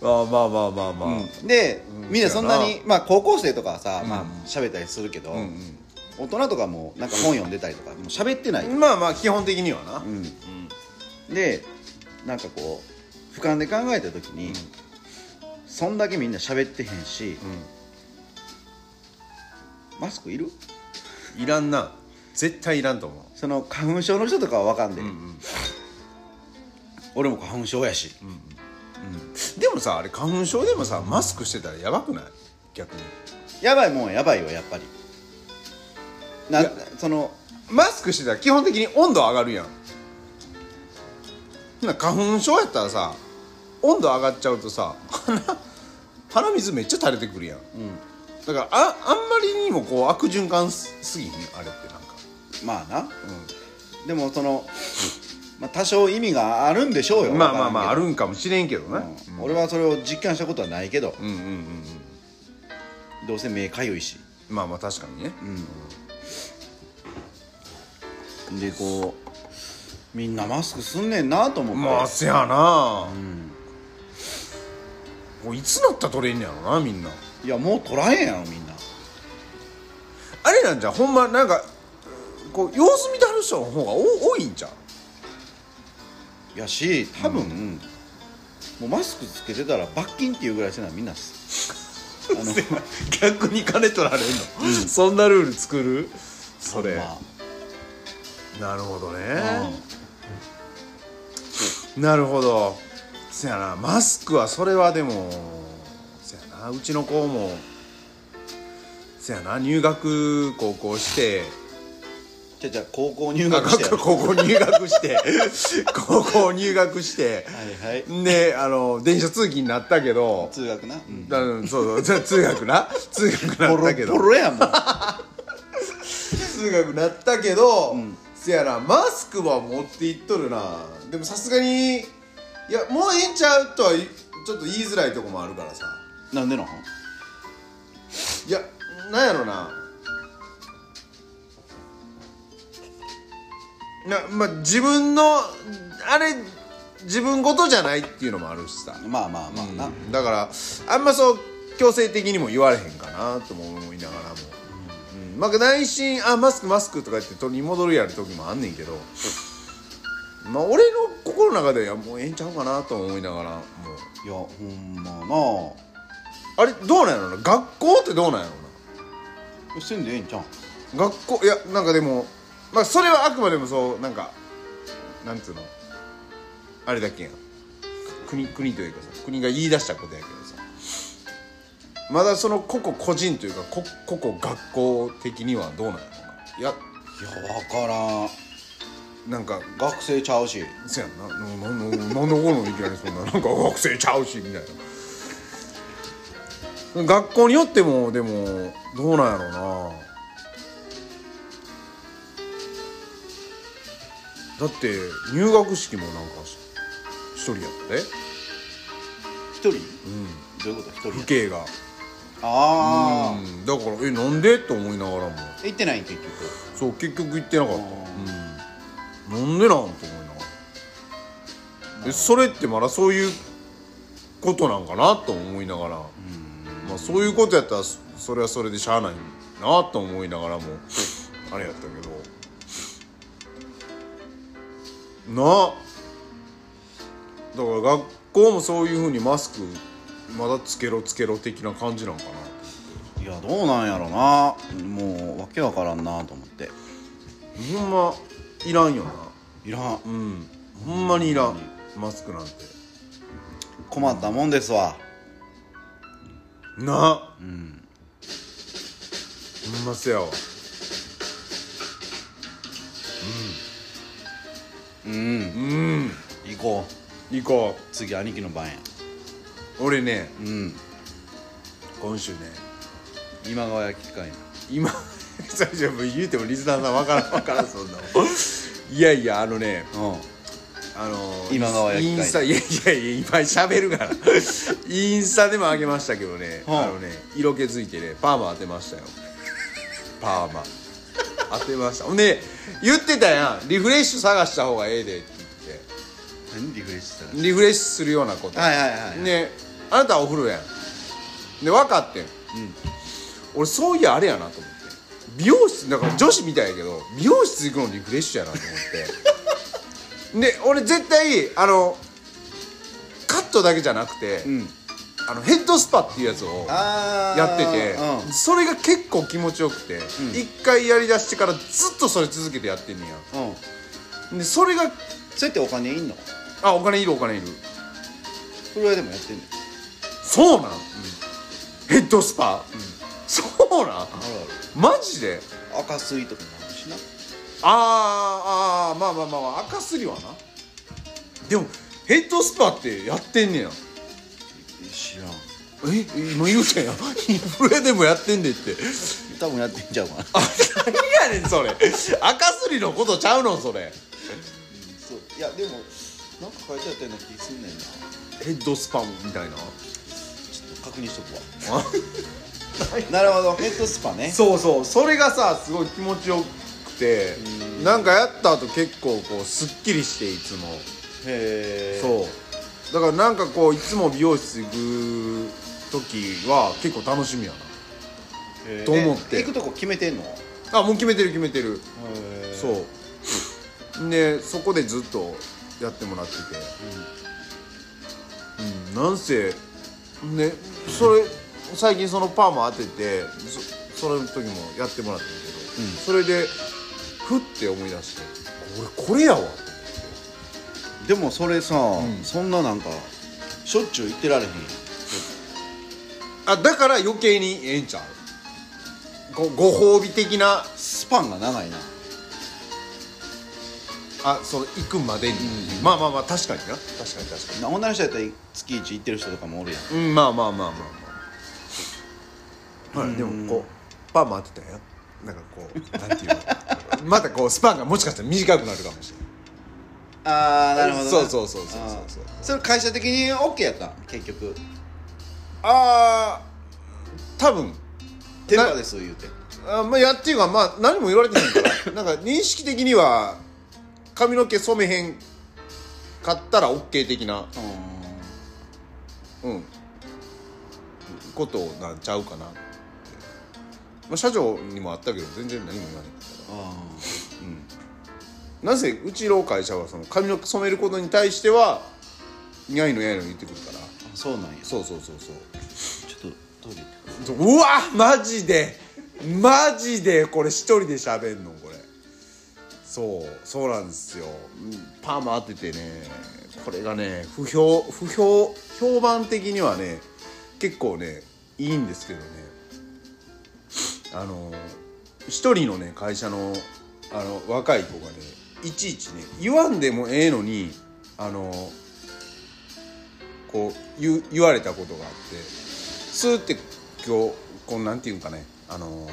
Speaker 2: まあまあまあまあ、
Speaker 1: で、
Speaker 2: うん
Speaker 1: みんなそんな
Speaker 2: そうや
Speaker 1: にまあ高校生とかはさ、
Speaker 2: うん
Speaker 1: まあ喋ったりするけど、
Speaker 2: うん
Speaker 1: 大人とかもなんか本読んでたりとかもう喋ってない、
Speaker 2: うんまあまあ基本的にはな、
Speaker 1: うんでなんかこう俯瞰で考えた時に、そんだけみんな喋ってへんし、マスクいる
Speaker 2: いらんな絶対いらんと思う
Speaker 1: その花粉症の人とかは分かんねえ、
Speaker 2: ん
Speaker 1: 俺も花粉症やし、
Speaker 2: でもさあれ花粉症でもさマスクしてたらやばくない逆に
Speaker 1: やばいもんはやばいよやっぱりない
Speaker 2: や
Speaker 1: その
Speaker 2: マスクしてたら基本的に温度上がるやんほな花粉症やったらさ温度上がっちゃうとさ鼻鼻水めっちゃ垂れてくるやん、だからああんまりにもこう悪循環すすぎひんあれってなんか
Speaker 1: まあな、でもその、まあ、多少意味があるんでしょうよ
Speaker 2: まあまあまああ
Speaker 1: わか
Speaker 2: るんかもしれんけど
Speaker 1: ら
Speaker 2: ね
Speaker 1: んけどうん俺はそれを実感したことはないけど、
Speaker 2: うんうんうんうん
Speaker 1: どうせ目かゆいし
Speaker 2: まあまあ確かにね、
Speaker 1: でこうみんなマスクすんねんなと思って、
Speaker 2: まあせやな、こういつなったら取れんねやろなみんない
Speaker 1: やもう取らへんやろみんな
Speaker 2: あれなんじゃうほんまなんかこう様子見てはる人の方が多多いんじゃう
Speaker 1: やし 多分、もうマスクつけてたら罰金っていうぐらいしてないみんなすあの
Speaker 2: 逆に金取られんの、そんなルール作るそれ、
Speaker 1: ま
Speaker 2: なるほどね、
Speaker 1: あ
Speaker 2: なるほどそやなマスクはそれはでもそやなうちの子もそやな入学高校して
Speaker 1: じゃあじゃあ高校入
Speaker 2: あ
Speaker 1: 学してやる
Speaker 2: 高校入学して 高校入学して
Speaker 1: はいはい
Speaker 2: であの電車通勤になったけど
Speaker 1: 通学な、うん、
Speaker 2: だそうそうじゃあ通学な通学
Speaker 1: ポ
Speaker 2: なったけ
Speaker 1: ロ
Speaker 2: ど
Speaker 1: ポロ やもん
Speaker 2: 通学なったけど、せやなマスクは持っていっとるなでもさすがにいやもうええんちゃうとはちょっと言いづらいとこもあるからさ
Speaker 1: なんでなん
Speaker 2: いやなんやろななまあ自分のあれ自分ごとじゃないっていうのもあるしさ、
Speaker 1: まあまあまあな、
Speaker 2: だからあんまそう強制的にも言われへんかなとも思いながらも、うんまあ、内心「あマスクマスク」とか言って取り戻るやる時もあんねんけどまあ俺の心の中ではもうええんちゃうかなと思いながらもう
Speaker 1: いやほんま
Speaker 2: あれどうなんやろな学校ってどうなんやろ
Speaker 1: なせんでええんちゃうん
Speaker 2: な学校いやなんかでもまあそれはあくまでもそうなんかなんつうのあれだけやん国国というかさ国が言い出したことやけどさまだその個々個人というかこ個々学校的にはどうなんやろない
Speaker 1: やわからん
Speaker 2: やなんか
Speaker 1: 学生ちゃうし
Speaker 2: せやんなななななんでこのいきなりそんななんか学生ちゃうしみたいな学校によってもでもどうなんやろうなだって入学式もなんか一人やったで
Speaker 1: 一人、どういうこと一
Speaker 2: 父
Speaker 1: 人
Speaker 2: 兄が、
Speaker 1: ああ、
Speaker 2: うん、だからえなんでと思いながらも
Speaker 1: 行ってないん結局
Speaker 2: そう結局行ってなかった、うん、なんでなんと思いながらえそれってまだそういうことなんかなと思いながら、まあ、そういうことやったらそそれはそれでしゃあないなと思いながらもあれやったけどなあだから学校もそういうふうにマスクまだつけろつけろ的な感じなんかない
Speaker 1: やどうなんやろなもうわけわからんなと思って
Speaker 2: ほんまいらんよない
Speaker 1: らん
Speaker 2: うんほんまにいらんマスクなんて
Speaker 1: 困ったもんですわ
Speaker 2: なうんほんませやわ
Speaker 1: うん
Speaker 2: うん
Speaker 1: 行こ
Speaker 2: 行こ
Speaker 1: う次兄貴の番や
Speaker 2: う俺ね
Speaker 1: うん
Speaker 2: 今週ね
Speaker 1: 今川焼き会の
Speaker 2: 今 最初もう言うてもリスナーさんわからんわからんそんなもんいやいやあのね
Speaker 1: うん
Speaker 2: あのー
Speaker 1: 今川焼き会
Speaker 2: インスタいやいやいや今喋るからインスタでもあげましたけどね、
Speaker 1: はあ
Speaker 2: あのね色気づいてねパーマ当てましたよパーマ当てましたほんで言ってたやんリフレッシュ探した方がええでって言って
Speaker 1: 何リフレッシュした
Speaker 2: リフレッシュするようなこと、
Speaker 1: はいはいはいはい
Speaker 2: ねあなたはお風呂やんで分かってん、俺そういやあれやなと思って美容室だから女子みたいやけど美容室行くのリフレッシュやなと 思ってで俺絶対あのカットだけじゃなくて、
Speaker 1: ん
Speaker 2: あのヘッドスパっていうやつを
Speaker 1: あー
Speaker 2: やってて、
Speaker 1: うん
Speaker 2: それが結構気持ちよくて一、回やりだしてからずっとそれ続けてやってんねや
Speaker 1: うん
Speaker 2: でそれが
Speaker 1: そうやってお金いんの
Speaker 2: あお金いるお金いる
Speaker 1: それはでもやってんの
Speaker 2: そうなん、ヘッドスパ、そうなん
Speaker 1: ある
Speaker 2: マジで
Speaker 1: ある赤水とかもあるしな
Speaker 2: あーあーまあまあまあ、まあ、赤すりはなでもヘッドスパってやってんねや
Speaker 1: 知らん
Speaker 2: え今言うたやんインフレでもやってんねんって
Speaker 1: 多分やってんちゃうかな
Speaker 2: あ何やねんそれ赤すりのことちゃうのそれ
Speaker 1: そういやでもなんか書いてあったような気すんねんな
Speaker 2: ヘッドスパみたいな
Speaker 1: ちょっと確認しとくわ なるほどヘッドスパね
Speaker 2: そうそうそれがさすごい気持ちよくてなんかやった後結構こうすっきりしていつも
Speaker 1: へえ
Speaker 2: そうだからなんかこういつも美容室行く時は結構楽しみや
Speaker 1: う
Speaker 2: と思って
Speaker 1: 行くとこ決めてんのへ
Speaker 2: なあもう決めてる決めてる
Speaker 1: え
Speaker 2: そうでそこでずっとやってもらっててうん、なんせねそれ最近そのパーマ当ててそその時もやってもらったけど、それでふって思い出して俺これやわ
Speaker 1: でもそれさ、そんななんかしょっちゅう言ってられへん
Speaker 2: あだから余計にええんちゃうごご褒美的な
Speaker 1: スパンが長いな
Speaker 2: あその行くまでに、まあまあまあ確かにな確かに確か
Speaker 1: な女の人やったら月一行ってる人とかもおるやん
Speaker 2: にうんまあまあまあまあまあ、はい、でもこうパーマ当てたよなんかこうなんていう のまたこうスパンがもしかしたら短くなるかもしれない
Speaker 1: ああなるほどな
Speaker 2: そうそうそうそうそう
Speaker 1: あー
Speaker 2: そう
Speaker 1: それ会社的に OK やったん結局
Speaker 2: あー多分
Speaker 1: 「テンパです」言うて
Speaker 2: あまあ、やっていうかまあ何も言われてないからなんか認識的には髪の毛染めへん買ったら OK 的な、
Speaker 1: う
Speaker 2: うん、ことなんちゃうかなって、まあ、社長にもあったけど全然何も言わない
Speaker 1: んあ
Speaker 2: なぜうちの会社はその髪の毛染めることに対してはにゃいのやいの言ってくるから
Speaker 1: ーあそうなんや
Speaker 2: そうそうそうそう
Speaker 1: ちょっとトイレ行ってくる
Speaker 2: うわマジでマジでこれ一人で喋んのこれそうそうなんですようんパーマ当ててねこれがね不評不評評判的にはね結構ねいいんですけどねあの一人のね会社のあの若い子がねいちいちね言わんでもええのにあのこう言う言われたことがあってスーって今日こうなんていうんかねあの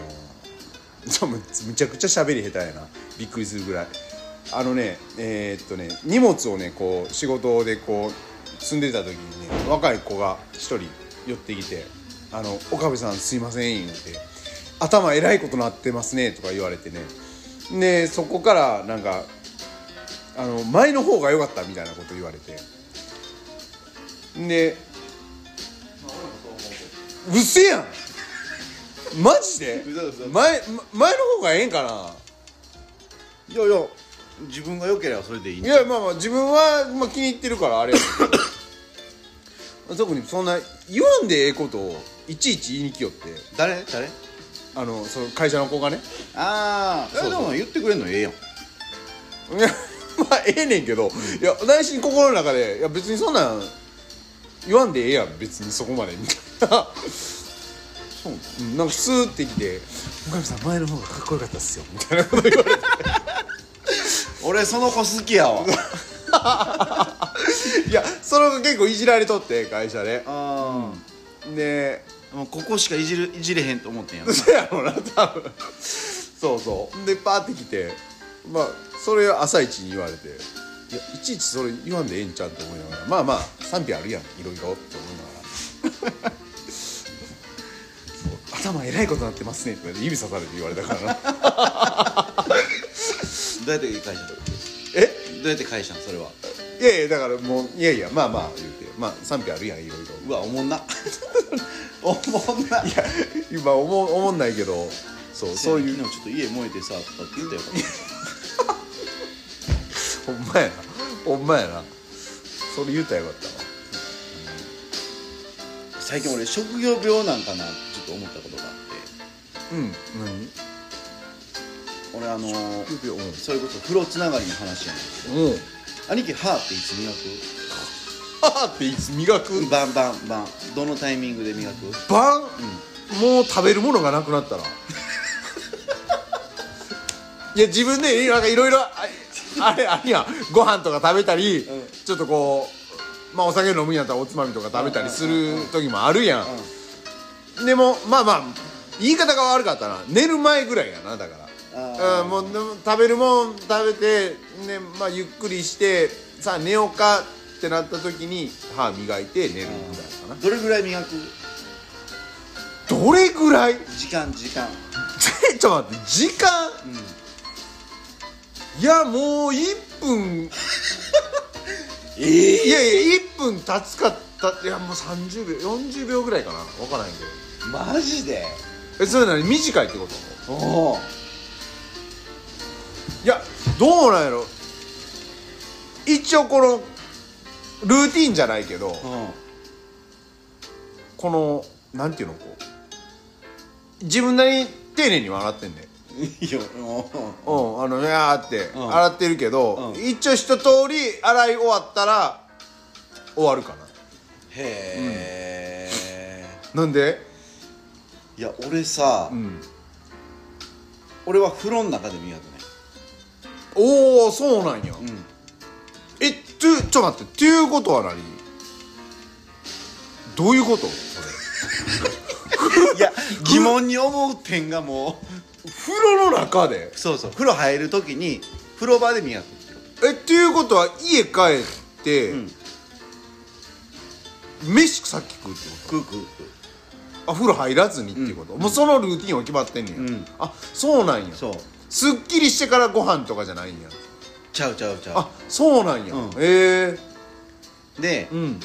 Speaker 2: ー、 そうむむちゃくちゃ喋り下手やなびっくりするぐらいあのねえーっとね荷物をねこう仕事でこう積んでた時にね若い子が一人寄ってきて「あの岡部さんすいません」言うて「頭えらいことなってますね」とか言われてねでそこからなんかあの前の方が良かったみたいなこと言われてでうっせやんマジで
Speaker 1: 嘘嘘
Speaker 2: 前ま前の方がええんかない
Speaker 1: やいや自分が良ければそれでいい
Speaker 2: いやまあまあ自分は、まあ、気に入ってるからあれやけど特にそんな言わんでええことをいちいち言いに来よって
Speaker 1: 誰誰
Speaker 2: あのその会社の子がね
Speaker 1: ああ
Speaker 2: そう
Speaker 1: で
Speaker 2: そう
Speaker 1: も言ってくれんのええやん
Speaker 2: いや まあええねんけど、いや内心心の中でいや別にそんなん言わんでええやん別にそこまでみたいな
Speaker 1: そう
Speaker 2: うんなんかスーってきて「岡部さん前の方がかっこよかったっすよ」みたいなこと言われて
Speaker 1: 俺その子好きや わ
Speaker 2: いやその子結構いじられとって会社で
Speaker 1: あ
Speaker 2: で
Speaker 1: あもうここしかいじるいじれへんと思ってん やろ
Speaker 2: 嘘やろな多分そうそうでパーって来てまあそれを朝一に言われていやいちいちそれ言わんでええんちゃうと思いながらまあまあ賛否あるやんいろいろって思いながら そう頭えらいことなってますねって指さされて言われたからな
Speaker 1: どうやって会社
Speaker 2: え
Speaker 1: どうやって会社それはい
Speaker 2: やいやだからもういやいやまあまあ言うてまあ賛否あるやんいろいろ
Speaker 1: うわおもんな おもんないや
Speaker 2: 今思う思んないけどそう
Speaker 1: そ
Speaker 2: そうう
Speaker 1: い
Speaker 2: いうう
Speaker 1: 昨日ちょっと家燃えてさとかって言ったよ
Speaker 2: ほんまやなほんまやなそれ言うたらよかったわ
Speaker 1: 最近俺職業病なんかなちょっと思ったことがあっ
Speaker 2: うん
Speaker 1: て俺あのー
Speaker 2: 職業うん
Speaker 1: それこそ風呂つながりの話やねん
Speaker 2: 何うん
Speaker 1: けど兄貴歯っていつ磨
Speaker 2: 歯っていつ磨く
Speaker 1: くバンバンバンどのタイミングで磨く
Speaker 2: バン、もう食べるものがなくなったら いや自分でなんかいろいろああれあれやんご飯とか食べたり、
Speaker 1: ん
Speaker 2: ちょっとこうまあお酒飲むんやったらおつまみとか食べたりする時もあるやん、でもまあまあ言い方が悪かったな寝る前ぐらいやなだから
Speaker 1: あー
Speaker 2: うんもうでも食べるもん食べて、ねまあ、ゆっくりしてさあ寝ようかってなった時に歯磨いて寝るぐらいかな
Speaker 1: どれぐらい磨く
Speaker 2: どれぐらい
Speaker 1: 時間時間
Speaker 2: ちょっと待って時間、いやもう1分
Speaker 1: ええ
Speaker 2: いやいや1分経つかったいやもう30秒40秒ぐらいかな分からへんけど
Speaker 1: マジで
Speaker 2: えそれ何短いってこと
Speaker 1: おお
Speaker 2: いやどうなんやろ一応このルーティンじゃないけど
Speaker 1: うん
Speaker 2: このなんていうのこう自分なりに丁寧には洗ってんねん
Speaker 1: いやも
Speaker 2: うんあのねあーって
Speaker 1: ん
Speaker 2: 洗ってるけど、
Speaker 1: うん
Speaker 2: 一応一通り洗い終わったら終わるか
Speaker 1: うへえ、
Speaker 2: ななんで
Speaker 1: いや俺さ、
Speaker 2: ん
Speaker 1: 俺は風呂の中で磨くね
Speaker 2: おおそうなんや、
Speaker 1: ん
Speaker 2: えとゅちょっと待ってっていうことは何どういうことそ
Speaker 1: い
Speaker 2: れ
Speaker 1: や 疑問に思う点がも
Speaker 2: 風呂の中で
Speaker 1: うそうそう風呂入る時に風呂場で磨くっていう
Speaker 2: えっていうことは家帰って、
Speaker 1: ん
Speaker 2: 飯さっき食うってこ
Speaker 1: クークーク
Speaker 2: とあ風呂入らずにっていうこと、もうそのルーティンは決まってんねや、
Speaker 1: ん
Speaker 2: あそうなんや
Speaker 1: ーそう
Speaker 2: すっきりしてからご飯とかじゃないんや
Speaker 1: ちゃうちゃうちゃ
Speaker 2: あそうなんや、
Speaker 1: うん
Speaker 2: ええ
Speaker 1: うで、
Speaker 2: うん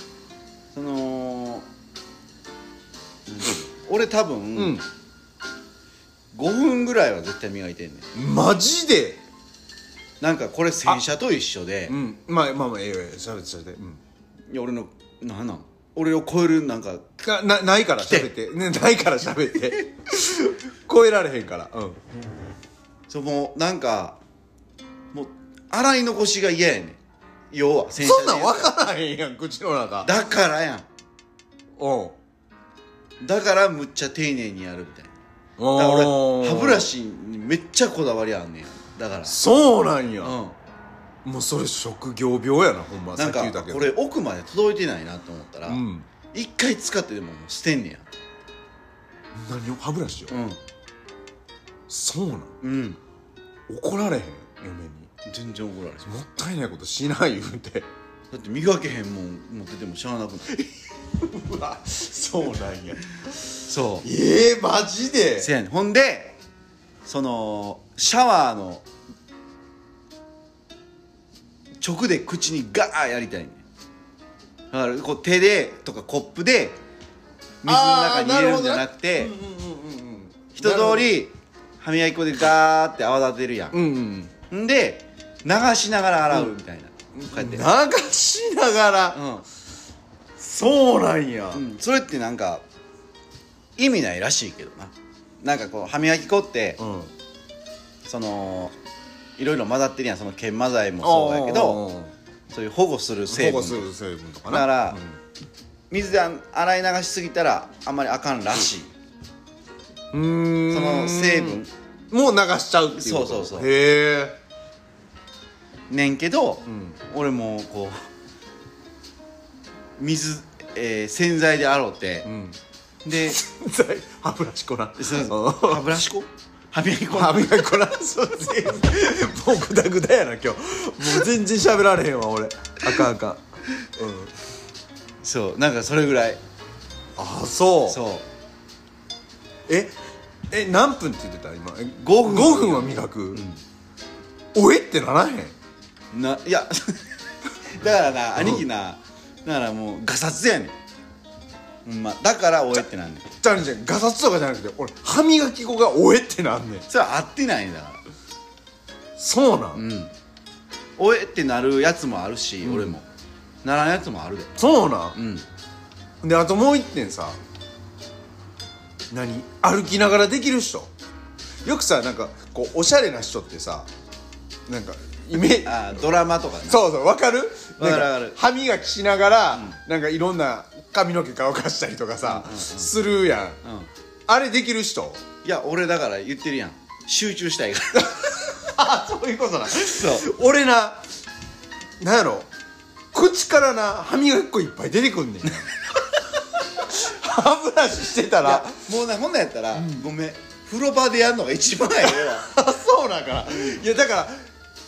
Speaker 1: そのなんていうの俺多分、
Speaker 2: うん
Speaker 1: 5分ぐらいは絶対磨いてんねん
Speaker 2: マジで
Speaker 1: なんかこれ洗車と一緒で
Speaker 2: うんまあまあまあええよええよしゃべってしゃべってうん
Speaker 1: いや俺のなんなん俺を超えるなんか
Speaker 2: かなないから喋ってねないから喋って 超えられへんからうん
Speaker 1: そのなんかもう洗い残しが嫌やねん要は洗車
Speaker 2: そん
Speaker 1: で
Speaker 2: なん分からへんやん口の中
Speaker 1: だからや
Speaker 2: うん
Speaker 1: んだからむっちゃ丁寧にやるみたいなだから俺
Speaker 2: 俺
Speaker 1: 歯ブラシにめっちゃこだわりあんねんだから
Speaker 2: そうなんや、
Speaker 1: う
Speaker 2: もうそれ職業病やなほんま
Speaker 1: んな
Speaker 2: さっ
Speaker 1: ん
Speaker 2: き言った
Speaker 1: か
Speaker 2: けど
Speaker 1: これ奥まで届いてないなと思ったら
Speaker 2: うん
Speaker 1: 一回使ってでももう捨てんねや
Speaker 2: 何を歯ブラシを、
Speaker 1: うん
Speaker 2: そうなん
Speaker 1: うん
Speaker 2: 怒られへん嫁に
Speaker 1: 全然怒られへん
Speaker 2: もったいないことしない言うて
Speaker 1: だって磨けへんもん持っててもしゃあなくない
Speaker 2: うわそうなんや
Speaker 1: そう
Speaker 2: ええマジで
Speaker 1: せやねんほんでそのシャワーの直で口にガーやりたいねんだからこう手でとかコップで水の中に入れるんじゃなくて
Speaker 2: うんうんうんうん
Speaker 1: 一通り歯磨き粉でガーって泡立てるや
Speaker 2: うんうん
Speaker 1: んんで流しながら洗うみたいな、こうやって、
Speaker 2: 流しながら
Speaker 1: う
Speaker 2: そうなんや
Speaker 1: んうん、それってなんか意味ないらしいけどななんかこう歯磨き粉って、
Speaker 2: うん
Speaker 1: そのいろいろ混ざってるやんその研磨剤もそう
Speaker 2: そ
Speaker 1: うや
Speaker 2: やけ
Speaker 1: け
Speaker 2: ど
Speaker 1: どそういう保護する成
Speaker 2: 保
Speaker 1: 分
Speaker 2: 護する成分とか
Speaker 1: だ
Speaker 2: な
Speaker 1: から水で洗い流しすぎたらあんまりあかんらしい
Speaker 2: うんうーん
Speaker 1: その成分
Speaker 2: もう流しちゃうっていうこ
Speaker 1: そう
Speaker 2: と
Speaker 1: そうそう
Speaker 2: へえ
Speaker 1: ねんけど、
Speaker 2: ん
Speaker 1: 俺もうこう水、えー洗剤で洗うて
Speaker 2: う、 ん
Speaker 1: で
Speaker 2: 歯ブラシ粉な
Speaker 1: そう
Speaker 2: うん
Speaker 1: 歯ブラシ粉歯磨き粉
Speaker 2: 歯磨き粉なそうですもうグダグダやな今日もう全然喋られへんわ俺あかんあかんうん
Speaker 1: そうなんかそれぐらい
Speaker 2: あそう
Speaker 1: そ
Speaker 2: ええ何分って言ってた今5
Speaker 1: 五分
Speaker 2: 5分は磨く、おえってならへん
Speaker 1: うないや だからな兄貴なだからもうガサツやねんほんまだからおえってなんねん
Speaker 2: じゃんじゃんガサツとかじゃなくて俺歯磨き粉がおえってなんねん
Speaker 1: それは合ってないんだから
Speaker 2: そうなん、
Speaker 1: うんおえってなるやつもあるし、俺もならんやつもあるで
Speaker 2: そうなん
Speaker 1: う、ん
Speaker 2: であともう一点さ何歩きながらできる人よくさなんかこうおしゃれな人ってさなんかイメージ
Speaker 1: あードラマとかね
Speaker 2: そうそうわかる
Speaker 1: わかる
Speaker 2: なん
Speaker 1: わかる
Speaker 2: 歯磨きしながら、なんかいろんな髪の毛乾かしたりとかさ、するやん
Speaker 1: う、ん、
Speaker 2: あれできる人
Speaker 1: いや俺だから言ってるやん集中したいから
Speaker 2: あ そういうことな
Speaker 1: そう
Speaker 2: 俺ななんやろ口からな歯磨き粉いっぱい出てく んねん歯ブラシしてた
Speaker 1: いや
Speaker 2: ら
Speaker 1: もうねほんなんやったら、ごめん風呂場でやるのが一番ええわ
Speaker 2: あそうなんかないやだから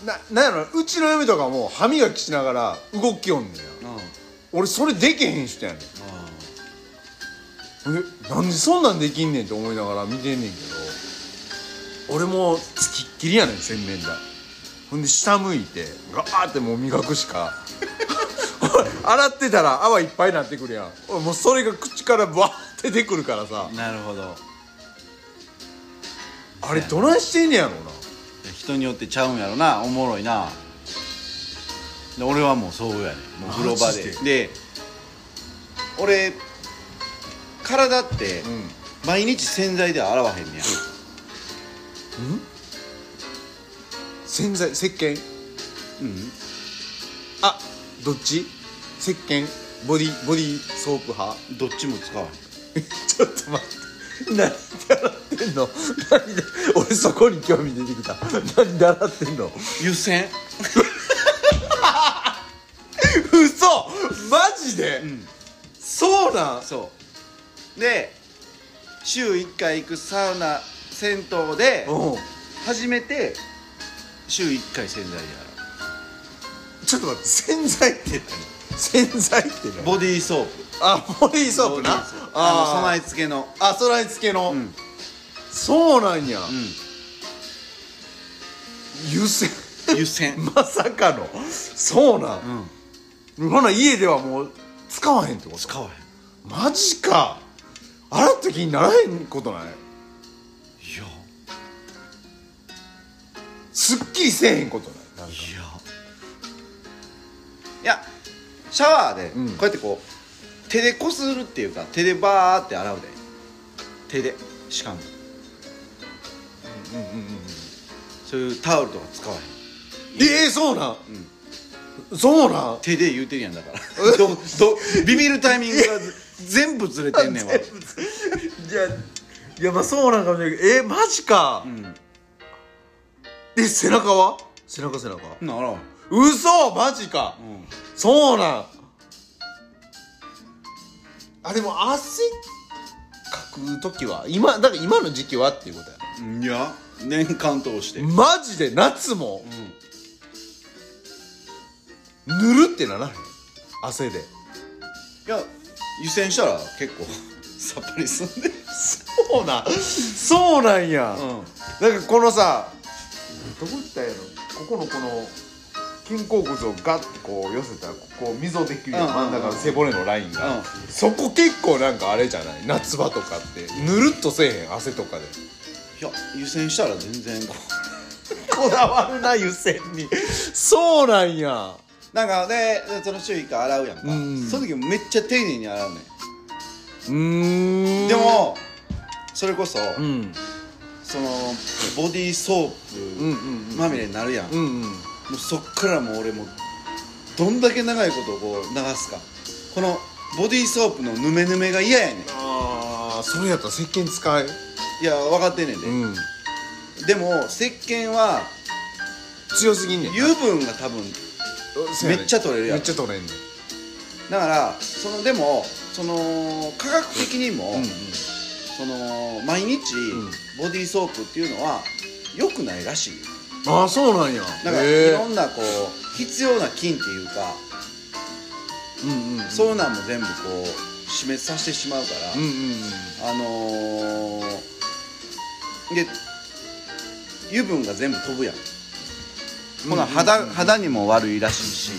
Speaker 2: ななんやろうちの嫁とかも歯磨きしながら動きよんねんや
Speaker 1: うんうん
Speaker 2: 俺それでけへん人やねんえなんでそんなんできんねんって思いながら見てんねんけど俺もうつきっきりやねん洗面台ほんで下向いてガーってもう磨くしか おい洗ってたら泡いっぱいになってくるやんおいもうそれが口からバーって出てくるからさ
Speaker 1: なるほどいや
Speaker 2: あれどないしてんねやろうな
Speaker 1: 人によってちゃうんやろなおもろいなで俺はもうそうやねんもう風呂場
Speaker 2: マ
Speaker 1: で
Speaker 2: ジ
Speaker 1: で俺体って
Speaker 2: ん
Speaker 1: 毎日洗剤では洗わへんねや、
Speaker 2: 洗剤石鹸
Speaker 1: うん、
Speaker 2: あどっち石鹸ボディボディソープ派
Speaker 1: どっちも使わへん
Speaker 2: ちょっと待って何で洗ってんの何で俺そこに興味出てきた何で洗ってんの
Speaker 1: 湯煎
Speaker 2: 嘘マジで、そうなん
Speaker 1: そうで週1回行くサウナ銭湯で
Speaker 2: うん
Speaker 1: 初めて週1回洗剤で洗
Speaker 2: ちょっと待って洗剤って何洗剤って
Speaker 1: う
Speaker 2: 何
Speaker 1: ボディーソープ
Speaker 2: あボディーソープ
Speaker 1: ボデ
Speaker 2: な
Speaker 1: ィーソープあの
Speaker 2: あ
Speaker 1: 備
Speaker 2: ー
Speaker 1: え付けの
Speaker 2: あ備え付けの、
Speaker 1: ん
Speaker 2: そうなんや、
Speaker 1: う
Speaker 2: 湯煎
Speaker 1: ん湯 煎
Speaker 2: まさかのそうなん
Speaker 1: う、ん
Speaker 2: ほな家ではもう使わへんってこと
Speaker 1: 使わへん
Speaker 2: マジか洗った気にならへんことない
Speaker 1: いや
Speaker 2: すっきりせえへんことないなんか
Speaker 1: いやいやシャワーでこ
Speaker 2: うん
Speaker 1: うやってこう手でこするっていうか手でバーって洗うで手でしかも
Speaker 2: うんうんうん
Speaker 1: そういうタオルとか使わへん
Speaker 2: えー、そうなん、そうなん
Speaker 1: 手で言うてるやんだからどどビビるタイミングが全部ずれてんねんわ、
Speaker 2: いやいやまあそうなんかもしれんけどえー、マジか、
Speaker 1: うん、
Speaker 2: え背中は背中背中
Speaker 1: なら、うん、
Speaker 2: 嘘マジか、そうなんあでも汗かく時は今だから今の時期はっていうことや
Speaker 1: いや年間通して、
Speaker 2: マジで夏も、ぬるってならへん汗で
Speaker 1: いや湯煎したら結構 さっぱりすんで
Speaker 2: そうなんそうなんや、なんかこのさどこ行ったんやろここのこの肩甲骨をガッてこう寄せたらここ溝できるやん、
Speaker 1: うんうん
Speaker 2: 真ん中の背骨のラインが、
Speaker 1: うん
Speaker 2: そこ結構なんかあれじゃない夏場とかってぬるっとせえへん汗とかで
Speaker 1: いや湯煎したら全然こ
Speaker 2: こだわるな湯煎にそうなんや
Speaker 1: うなんかででその周囲から洗うやんか、
Speaker 2: うん
Speaker 1: その時めっちゃ丁寧に洗うね
Speaker 2: うーん
Speaker 1: んでもそれこそ、
Speaker 2: うん
Speaker 1: そのボディーソ
Speaker 2: うん
Speaker 1: ー
Speaker 2: うん
Speaker 1: プまみれになるやん、
Speaker 2: うんうん
Speaker 1: もうそっからもう俺もうどんだけ長いことをこう流すかこのボディーソープのヌメヌメが嫌やねん
Speaker 2: ああそれやったら石鹸使え
Speaker 1: いや分かってんねんで、
Speaker 2: うん
Speaker 1: でも石鹸は
Speaker 2: 強すぎんねん
Speaker 1: 油分が多分
Speaker 2: そうやねん
Speaker 1: めっちゃ取れるやん
Speaker 2: めっちゃ取れんねん
Speaker 1: だからそのでもその科学的にも、
Speaker 2: うんうん
Speaker 1: その毎日
Speaker 2: うん
Speaker 1: ボディーソープっていうのは良くないらしい
Speaker 2: ああそうなんや
Speaker 1: だから
Speaker 2: へ
Speaker 1: い
Speaker 2: え
Speaker 1: ろんなこう必要な菌っていうか、
Speaker 2: うんうんうん
Speaker 1: そういうのも全部こう死滅させてしまうから、
Speaker 2: うんうんうん
Speaker 1: あのー、で油分が全部飛ぶやんほな肌肌にも悪いらしいし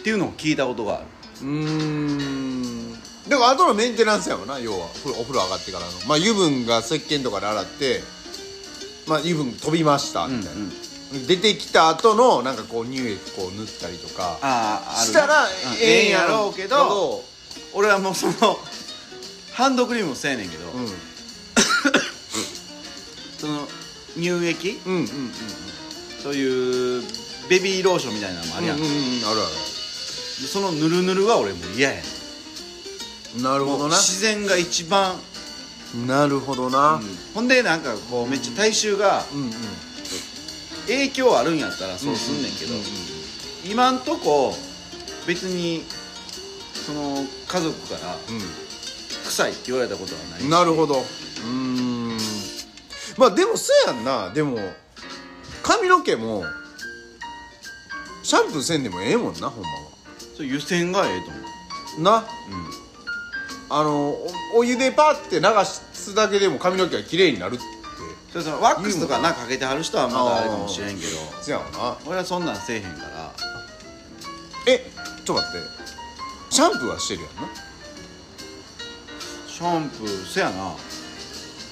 Speaker 1: っていうのを聞いたことがある
Speaker 2: うーんでも後のメンテナンスやもんな要はお風呂お風呂上がってからのまあ油分が石鹸とかで洗ってまあ油分飛びましたみたいな、出てきた後のなんかこう乳液こう塗ったりとか
Speaker 1: ああある
Speaker 2: したら
Speaker 1: うん
Speaker 2: ええんやろうけど、
Speaker 1: 俺はもうその ハンドクリームもせえねんけど、
Speaker 2: うん、うん
Speaker 1: その乳液
Speaker 2: うんうん
Speaker 1: そういうベビーローションみたいなのもあ
Speaker 2: あ
Speaker 1: る
Speaker 2: る
Speaker 1: や
Speaker 2: や
Speaker 1: ん、
Speaker 2: ん、
Speaker 1: で
Speaker 2: あるあ
Speaker 1: そのぬるぬるは俺もう嫌やね
Speaker 2: るなる
Speaker 1: ん
Speaker 2: ほど
Speaker 1: もう
Speaker 2: な
Speaker 1: 自然が一番、
Speaker 2: なるほどな、
Speaker 1: うんほんでなんかこうめっちゃ体臭が
Speaker 2: うん、うんうん
Speaker 1: 影響あるんやったらそうすんねんけど、今んとこ別にその家族から臭いって言われたことはないし
Speaker 2: なるほどうーんまあでもそやんなでも髪の毛もシャンプーせんでもええもんなほんま
Speaker 1: そう湯煎がええと思う
Speaker 2: はなあのおお湯でパッて流すだけでも髪の毛が綺麗になるって
Speaker 1: それそのワックスとかなんかかけてはる人はまだあれかもしれんけど
Speaker 2: そやわな
Speaker 1: 俺はそんなんせえへんから
Speaker 2: えちょっと待ってシャンプーはしてるやんな
Speaker 1: シャンプーせやな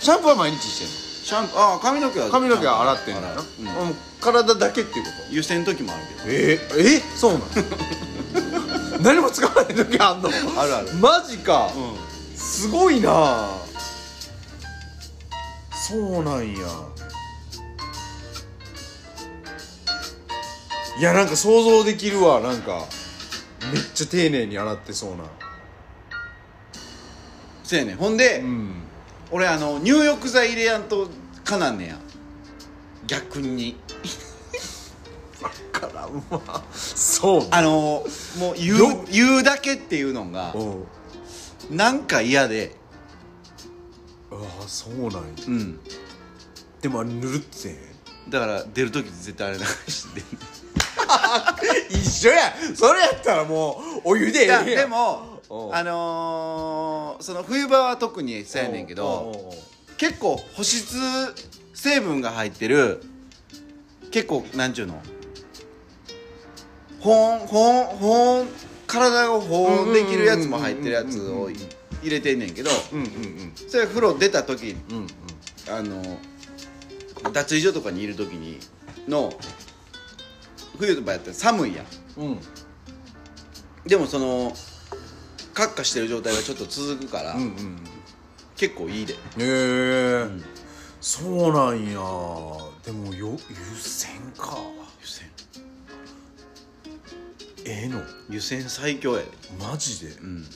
Speaker 2: シャンプーは毎日して
Speaker 1: シャンプーああ髪の毛は
Speaker 2: んの髪の毛は洗ってんの
Speaker 1: だ
Speaker 2: やな、
Speaker 1: うん
Speaker 2: うん体だけっていうこと
Speaker 1: 湯煎の時もあるけど
Speaker 2: えー、えそう なの何も使わない時あんの
Speaker 1: あるある
Speaker 2: マジか、
Speaker 1: うん
Speaker 2: すごいなそうなんやいやなんか想像できるわなんかめっちゃ丁寧に洗ってそうな
Speaker 1: そうやねんほんで、
Speaker 2: うん
Speaker 1: 俺あの入浴剤入れやんとかなんねや逆に
Speaker 2: だからうまそう
Speaker 1: あのもう言
Speaker 2: よ
Speaker 1: う言うだけっていうのが
Speaker 2: うん
Speaker 1: なんか嫌で
Speaker 2: ああそうなんや
Speaker 1: うん
Speaker 2: でもあれぬるってね
Speaker 1: だから出る時絶対あれ流して
Speaker 2: 一緒やそれやったらもうお湯でええ
Speaker 1: いや
Speaker 2: やん
Speaker 1: でも
Speaker 2: おう
Speaker 1: あのーその冬場は特にそうやねんけ
Speaker 2: おう
Speaker 1: ど
Speaker 2: おうおう
Speaker 1: 結構保湿成分が入ってる結構なんちゅうの保温保温保温体を保温できるやつも入ってるやつを入れてんねんけど
Speaker 2: うんうんうん
Speaker 1: それ風呂出た時
Speaker 2: うんうん
Speaker 1: あの脱衣所とかにいる時にの冬とかやったら寒いやん
Speaker 2: うん
Speaker 1: でもそのカッカしてる状態がちょっと続くから、
Speaker 2: うんうん
Speaker 1: 結構いいで
Speaker 2: へえ、そうなんやでもよ湯煎か
Speaker 1: 湯煎
Speaker 2: ええの
Speaker 1: 湯煎最強やで
Speaker 2: マジでいや
Speaker 1: うん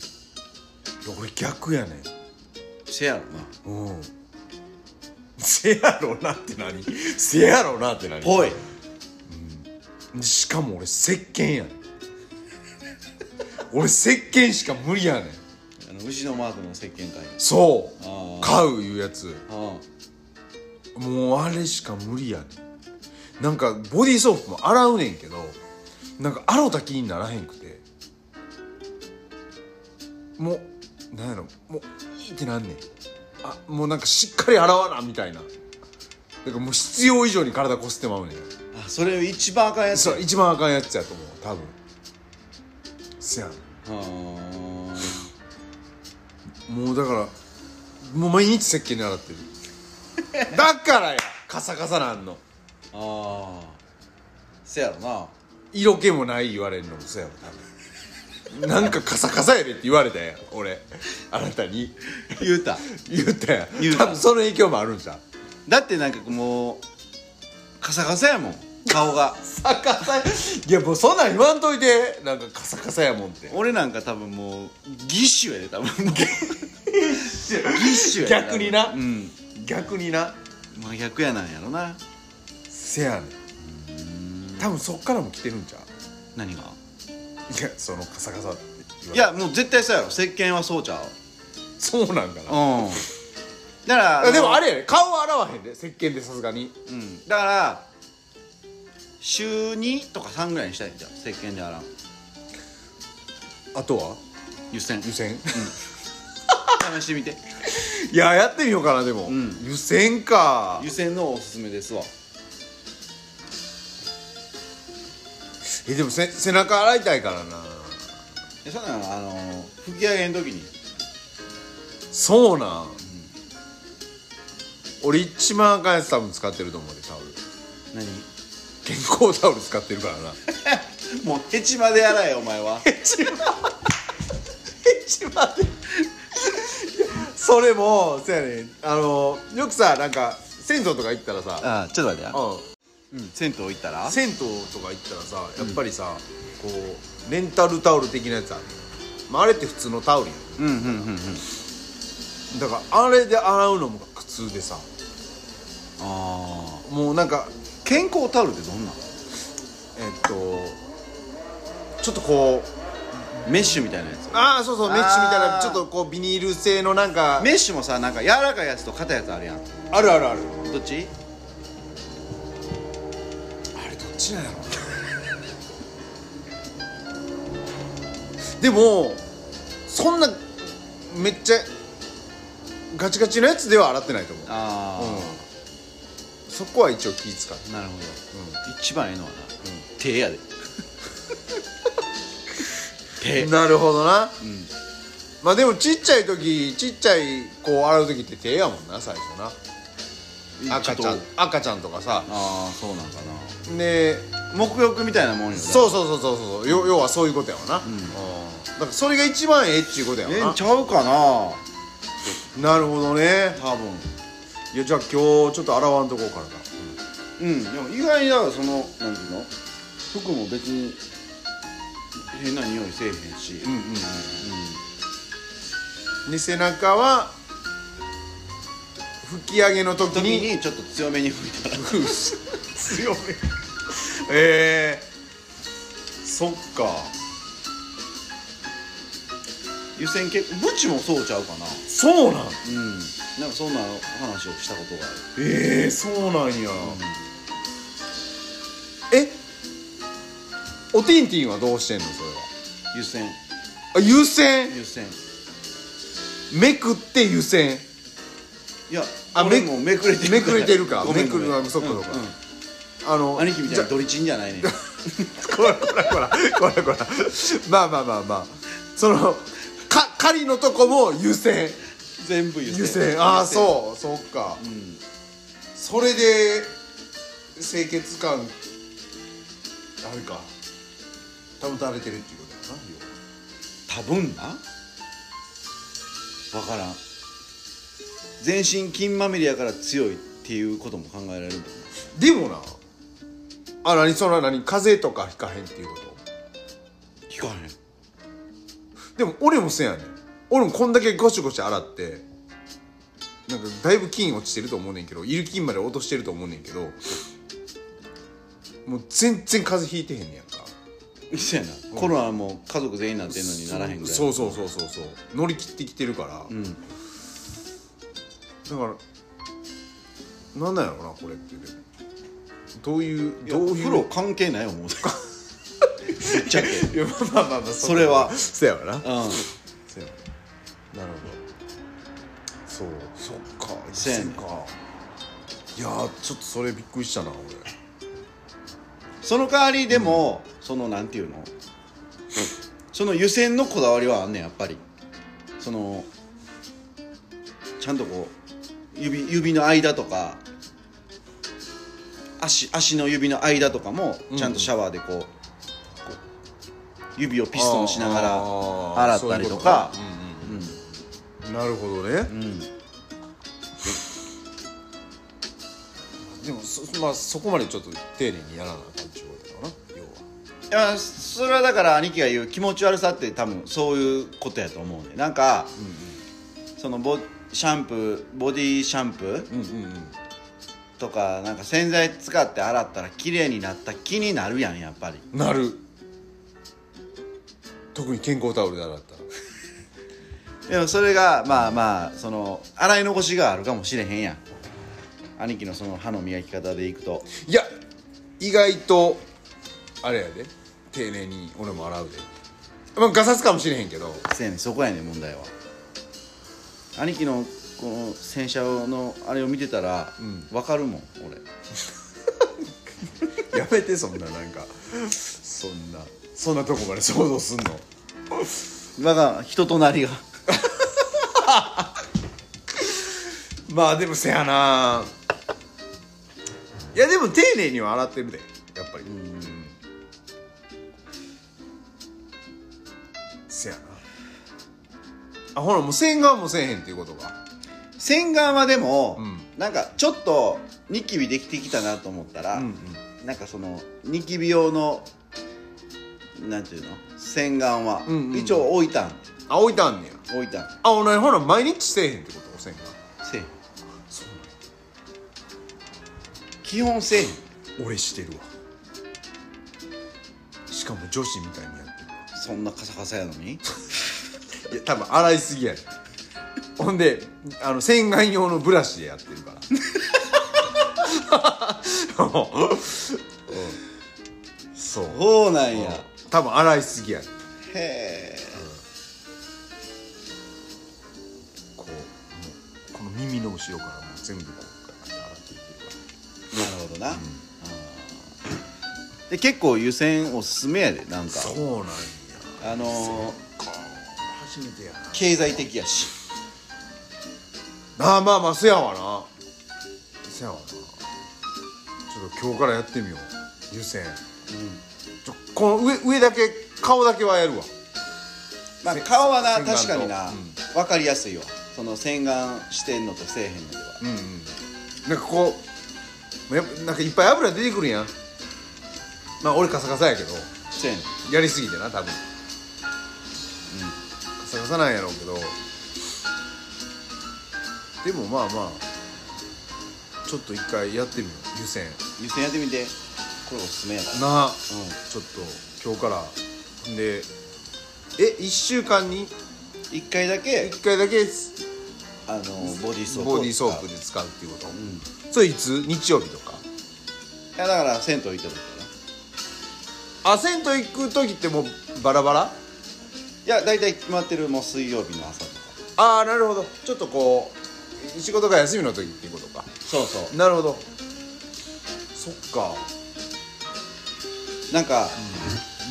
Speaker 2: 俺逆やねん
Speaker 1: せやろな
Speaker 2: うん せやろなって何せやろなって何
Speaker 1: ぽい
Speaker 2: しかも俺石鹸やねん俺石鹸しか無理やねん
Speaker 1: あの牛のマークの石鹸会
Speaker 2: そ
Speaker 1: あー
Speaker 2: う買ういうやつ
Speaker 1: あ
Speaker 2: もうあれしか無理やねんなんかボディーソープも洗うねんけどなんかアロだけにならへんくてもうなんやろもういいってなんねんあもうなんかしっかり洗わなみたいななんかもう必要以上に体こすってまうねん
Speaker 1: あそれ一番あかんやつ
Speaker 2: そ
Speaker 1: や
Speaker 2: れ一番あかんやつやと思う多分せやん
Speaker 1: あー
Speaker 2: もうだからもう毎日石鹸に洗ってるだからやカサカサなんの
Speaker 1: あーせやろな
Speaker 2: 色気もない言われるのもそうやろ多分なんかカサカサやでって言われたやん俺あなたに
Speaker 1: 言うた
Speaker 2: 言ったやん
Speaker 1: 言うた
Speaker 2: 多分その影響もあるんじゃん
Speaker 1: だってなんかもうカサカサやもん顔が
Speaker 2: カサカサいやもうそんなん言わんといてなんかカサカサやもんって
Speaker 1: 俺なんか多分もうギッシュやで多分もうギッシュギッシュやで
Speaker 2: 逆にな
Speaker 1: うん
Speaker 2: 逆にな
Speaker 1: 真逆やなんやろな
Speaker 2: せやねん多分そっからも来てるんじゃん
Speaker 1: 何が
Speaker 2: いやそのカサカサって言われ
Speaker 1: いやもう絶対そうやろ石鹸はそうちゃう
Speaker 2: そうなんかな
Speaker 1: うんだから
Speaker 2: あでもあ
Speaker 1: れ
Speaker 2: れやね顔は洗わへんで石鹸でさすがに
Speaker 1: うんだから週2とか3ぐらいにしたいんじゃん石鹸で洗う
Speaker 2: あとは
Speaker 1: 湯煎
Speaker 2: 湯煎
Speaker 1: 試してみて
Speaker 2: いややってみようかなでも、
Speaker 1: ん
Speaker 2: 湯煎か
Speaker 1: 湯煎のおすすめですわ
Speaker 2: えでもせ背中洗いたいからな
Speaker 1: えそうなのあの拭き上げの時に
Speaker 2: そうなん、俺一番赤いやつ多分使ってると思うでタオル
Speaker 1: 何
Speaker 2: 健康タオル使ってるからな
Speaker 1: もうヘチマで洗えお前 は
Speaker 2: 一番 それもそうやねあのよくさなんか銭湯とか行ったらさ、
Speaker 1: あちょっと待ってや
Speaker 2: うん、
Speaker 1: うん銭湯行ったら
Speaker 2: 銭湯とか行ったらさやっぱりさ、こうレンタルタオル的なやつあるよ、まあ、あれって普通のタオルや
Speaker 1: うん
Speaker 2: ん
Speaker 1: うんうんうん
Speaker 2: だからあれで洗うのも苦痛でさ
Speaker 1: ああ
Speaker 2: もうなんか
Speaker 1: 健康タオルってどんな
Speaker 2: えっとちょっとこう
Speaker 1: メッシュみたいなやつ
Speaker 2: ああそうそうメッシュみたい
Speaker 1: あ
Speaker 2: な
Speaker 1: ー
Speaker 2: ちょっとこうビニール製のなんか
Speaker 1: メッシュもさなんか柔らかいやつと硬いやつあるやん
Speaker 2: あるあるある
Speaker 1: どっち
Speaker 2: あれどっちなんやろでもそんなめっちゃガチガチのやつでは洗ってないと思う
Speaker 1: ああ、
Speaker 2: うんそこは一応気ぃ使って
Speaker 1: なるほど、一番ええのはな、手 やで手
Speaker 2: なるほどな、
Speaker 1: ん
Speaker 2: まあでもちっちゃい時ちっちゃいこう洗う時って手やもんな最初な赤ちゃ
Speaker 1: ょっ
Speaker 2: ん
Speaker 1: と
Speaker 2: 赤ちゃんとかさ
Speaker 1: ああそうなんかな
Speaker 2: で
Speaker 1: 沐浴みたいなもんよな
Speaker 2: そうそうそうそうそうよ要はそういうことやわな、うんだからそれが一番ええっちゅうことやわ
Speaker 1: え
Speaker 2: な
Speaker 1: ちゃうかな
Speaker 2: なるほどね
Speaker 1: 多分
Speaker 2: いやじゃあ今日ちょっと洗わんとこうからだ
Speaker 1: うんでも意外にだからそのなんていうの服も別に変な匂いせえへんし、
Speaker 2: うんうんうんで背中は吹き上げの時
Speaker 1: 時
Speaker 2: に
Speaker 1: にちょっと強めに吹いたら
Speaker 2: 強めえー、そっか
Speaker 1: 湯煎結構ブチもそうちゃうかな
Speaker 2: そうな
Speaker 1: う
Speaker 2: ん
Speaker 1: んなんかそんな話をしたことがある
Speaker 2: ええそうなんや、えおティンティンはどうしてんのそれは
Speaker 1: 湯煎
Speaker 2: あ湯煎
Speaker 1: 湯煎
Speaker 2: めくって湯煎
Speaker 1: いや
Speaker 2: あ
Speaker 1: 俺
Speaker 2: め
Speaker 1: もめくれて
Speaker 2: めくれてるか
Speaker 1: ごめんごめん
Speaker 2: めくるあそっかそっか
Speaker 1: うんうん
Speaker 2: あの
Speaker 1: 兄貴みたい
Speaker 2: じゃ
Speaker 1: なドリチンじゃないねん
Speaker 2: こらこらこらこらこらまあまあまあまあそのか狩りのとこも優先
Speaker 1: 全部湯煎
Speaker 2: 優先ああそうそっか、
Speaker 1: ん
Speaker 2: それで清潔感あるか保たれてるっていうことやな要は
Speaker 1: 多分な分からん全身金まみれやから強いっていうことも考えられるんだよ
Speaker 2: でもなあ何その何風邪とかひかへんっていうこと
Speaker 1: な聞かへん
Speaker 2: でも俺もせやねん俺もこんだけゴシゴシ洗ってなんかだいぶ菌落ちてると思うねんけどいる菌まで落としてると思うねんけどもう全然風邪ひいてへんねやんか
Speaker 1: そうやな、コロナも家族全員なってんのにならへんぐらい
Speaker 2: そうそうそうそうそう乗り切ってきてるから、
Speaker 1: ん
Speaker 2: だからなんなんやろなこれってでもどういうどう
Speaker 1: どう
Speaker 2: いう
Speaker 1: プロ関係ない 思うぶっちゃけ
Speaker 2: いやまあまあまあまあ
Speaker 1: それは
Speaker 2: そうやわな
Speaker 1: うん
Speaker 2: そうやなるほどそうそっか
Speaker 1: せやねん
Speaker 2: そうかいやーちょっとそれびっくりしたな俺
Speaker 1: その代わりでも、そのなんていうの、その湯煎のこだわりはあんねんやっぱりそのちゃんとこう指指の間とか足足の指の間とかもちゃんとシャワーでこう,、こう指をピストンしなが
Speaker 2: あー
Speaker 1: ら洗ったりとか
Speaker 2: そういうことなうんうんうんなるほどね、でもそ,、まあ、そこまでちょっと丁寧にやらなあかんちゅうことやろな要はい
Speaker 1: やそれはだから兄貴が言う気持ち悪さって多分そういうことやと思うねなんか、そのボシャンプーボディシャンプー
Speaker 2: うんうんうん
Speaker 1: とかなんか洗剤使って洗ったら綺麗になった気になるやんやっぱり
Speaker 2: なる特に健康タオルで洗ったら
Speaker 1: でもそれがまあまあその洗い残しがあるかもしれへんやん兄貴のその歯の磨き方でいくと
Speaker 2: いや意外とあれやで丁寧に俺も洗うで、まあ、ガサツかもしれへんけど
Speaker 1: せやねんそこやねん問題は兄貴のこの洗車のあれを見てたら、わかるもん俺
Speaker 2: やめてそんななんかそんなそんなとこまで想像すんの
Speaker 1: 我が人となりが
Speaker 2: まあでもせやないやでも丁寧には洗ってるでやっぱりせやなあほらもう洗顔もせえへんっていうことか
Speaker 1: 洗顔はでも、
Speaker 2: うん
Speaker 1: なんかちょっとニキビできてきたなと思ったら、
Speaker 2: うんうん
Speaker 1: なんかそのニキビ用のなんていうの洗顔は、
Speaker 2: うんうん
Speaker 1: 一応置いたん
Speaker 2: あ置いてあんねや
Speaker 1: 置いたん
Speaker 2: あお前ほら毎日せえへんってこと洗顔
Speaker 1: せえへん
Speaker 2: そう
Speaker 1: 基本せえへん
Speaker 2: 俺してるわしかも女子みたいにやってる
Speaker 1: そんなカサカサやのに
Speaker 2: いや多分洗いすぎやねんほんであの洗顔用のブラシでやってるからうんそう
Speaker 1: そうなんや、
Speaker 2: 多分洗いすぎやねん
Speaker 1: へえ
Speaker 2: こうもうこの耳の後ろからもう全部こうガーッて洗っていってるか
Speaker 1: なるほどな、あーで結構湯煎おすすめやでなんから
Speaker 2: そうなんや
Speaker 1: あのー
Speaker 2: 初めてやな
Speaker 1: 経済的やし
Speaker 2: ああまあまあせやわなせやわなちょっと今日からやってみよう湯煎ちょこの上上だけ顔だけはやるわ
Speaker 1: まあ顔はな
Speaker 2: 洗顔と
Speaker 1: 確かにな、
Speaker 2: うん
Speaker 1: 分かりやすいわその洗顔してんのとせえへんのでは、
Speaker 2: なんかこうやっぱなんかいっぱい油出てくるやんまあ俺カサカサやけど
Speaker 1: そうやねん
Speaker 2: やりすぎてな多分、カサカサなんやろうけどでもまあまあちょっと一回やってみよう湯煎
Speaker 1: 湯煎やってみてこれおすすめやから
Speaker 2: なあ
Speaker 1: うん
Speaker 2: ちょっと今日からほんでえ一1週間に
Speaker 1: 一回だけ
Speaker 2: 1回だけ
Speaker 1: あのボディーソープを
Speaker 2: ボディーソープ
Speaker 1: い
Speaker 2: で使うっていうこと、
Speaker 1: ん
Speaker 2: それいつ日曜日とか
Speaker 1: やだから銭湯行った時か
Speaker 2: あ銭湯行く時ってもうバラバラ
Speaker 1: ないや大体決まってるもう水曜日の朝とか
Speaker 2: ああなるほどちょっとこう仕事が休みの時っていうことか
Speaker 1: そうそ
Speaker 2: なるほどそっか
Speaker 1: うなんか、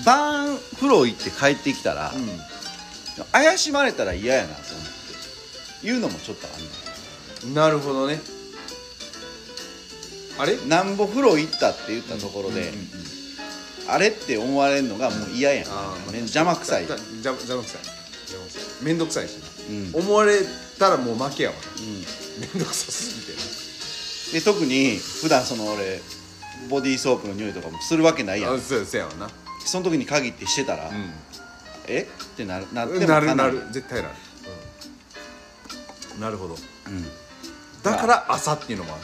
Speaker 1: バーン風呂行って帰ってきたら、
Speaker 2: うん
Speaker 1: 怪しまれたら嫌やなと思って言うのもちょっとあんねん
Speaker 2: なるほどねあれ
Speaker 1: なんぼ風呂行ったって言ったところで、あれって思われるのがもう嫌やん、
Speaker 2: あーまあ
Speaker 1: 邪魔くさい
Speaker 2: だだ邪邪魔くさい邪魔くさいめんどくさいし
Speaker 1: うん
Speaker 2: な、思われたらもう負けやわな、めんどくさすぎて
Speaker 1: で特に普段その俺ボディーソープの匂いとかもするわけないや
Speaker 2: あ
Speaker 1: ん
Speaker 2: そうそうやわな
Speaker 1: その時に限ってしてたら、
Speaker 2: う
Speaker 1: えってなるなって
Speaker 2: ん
Speaker 1: も
Speaker 2: なる
Speaker 1: か
Speaker 2: な
Speaker 1: う
Speaker 2: る絶対なる、なるほど、だから朝っていうのもある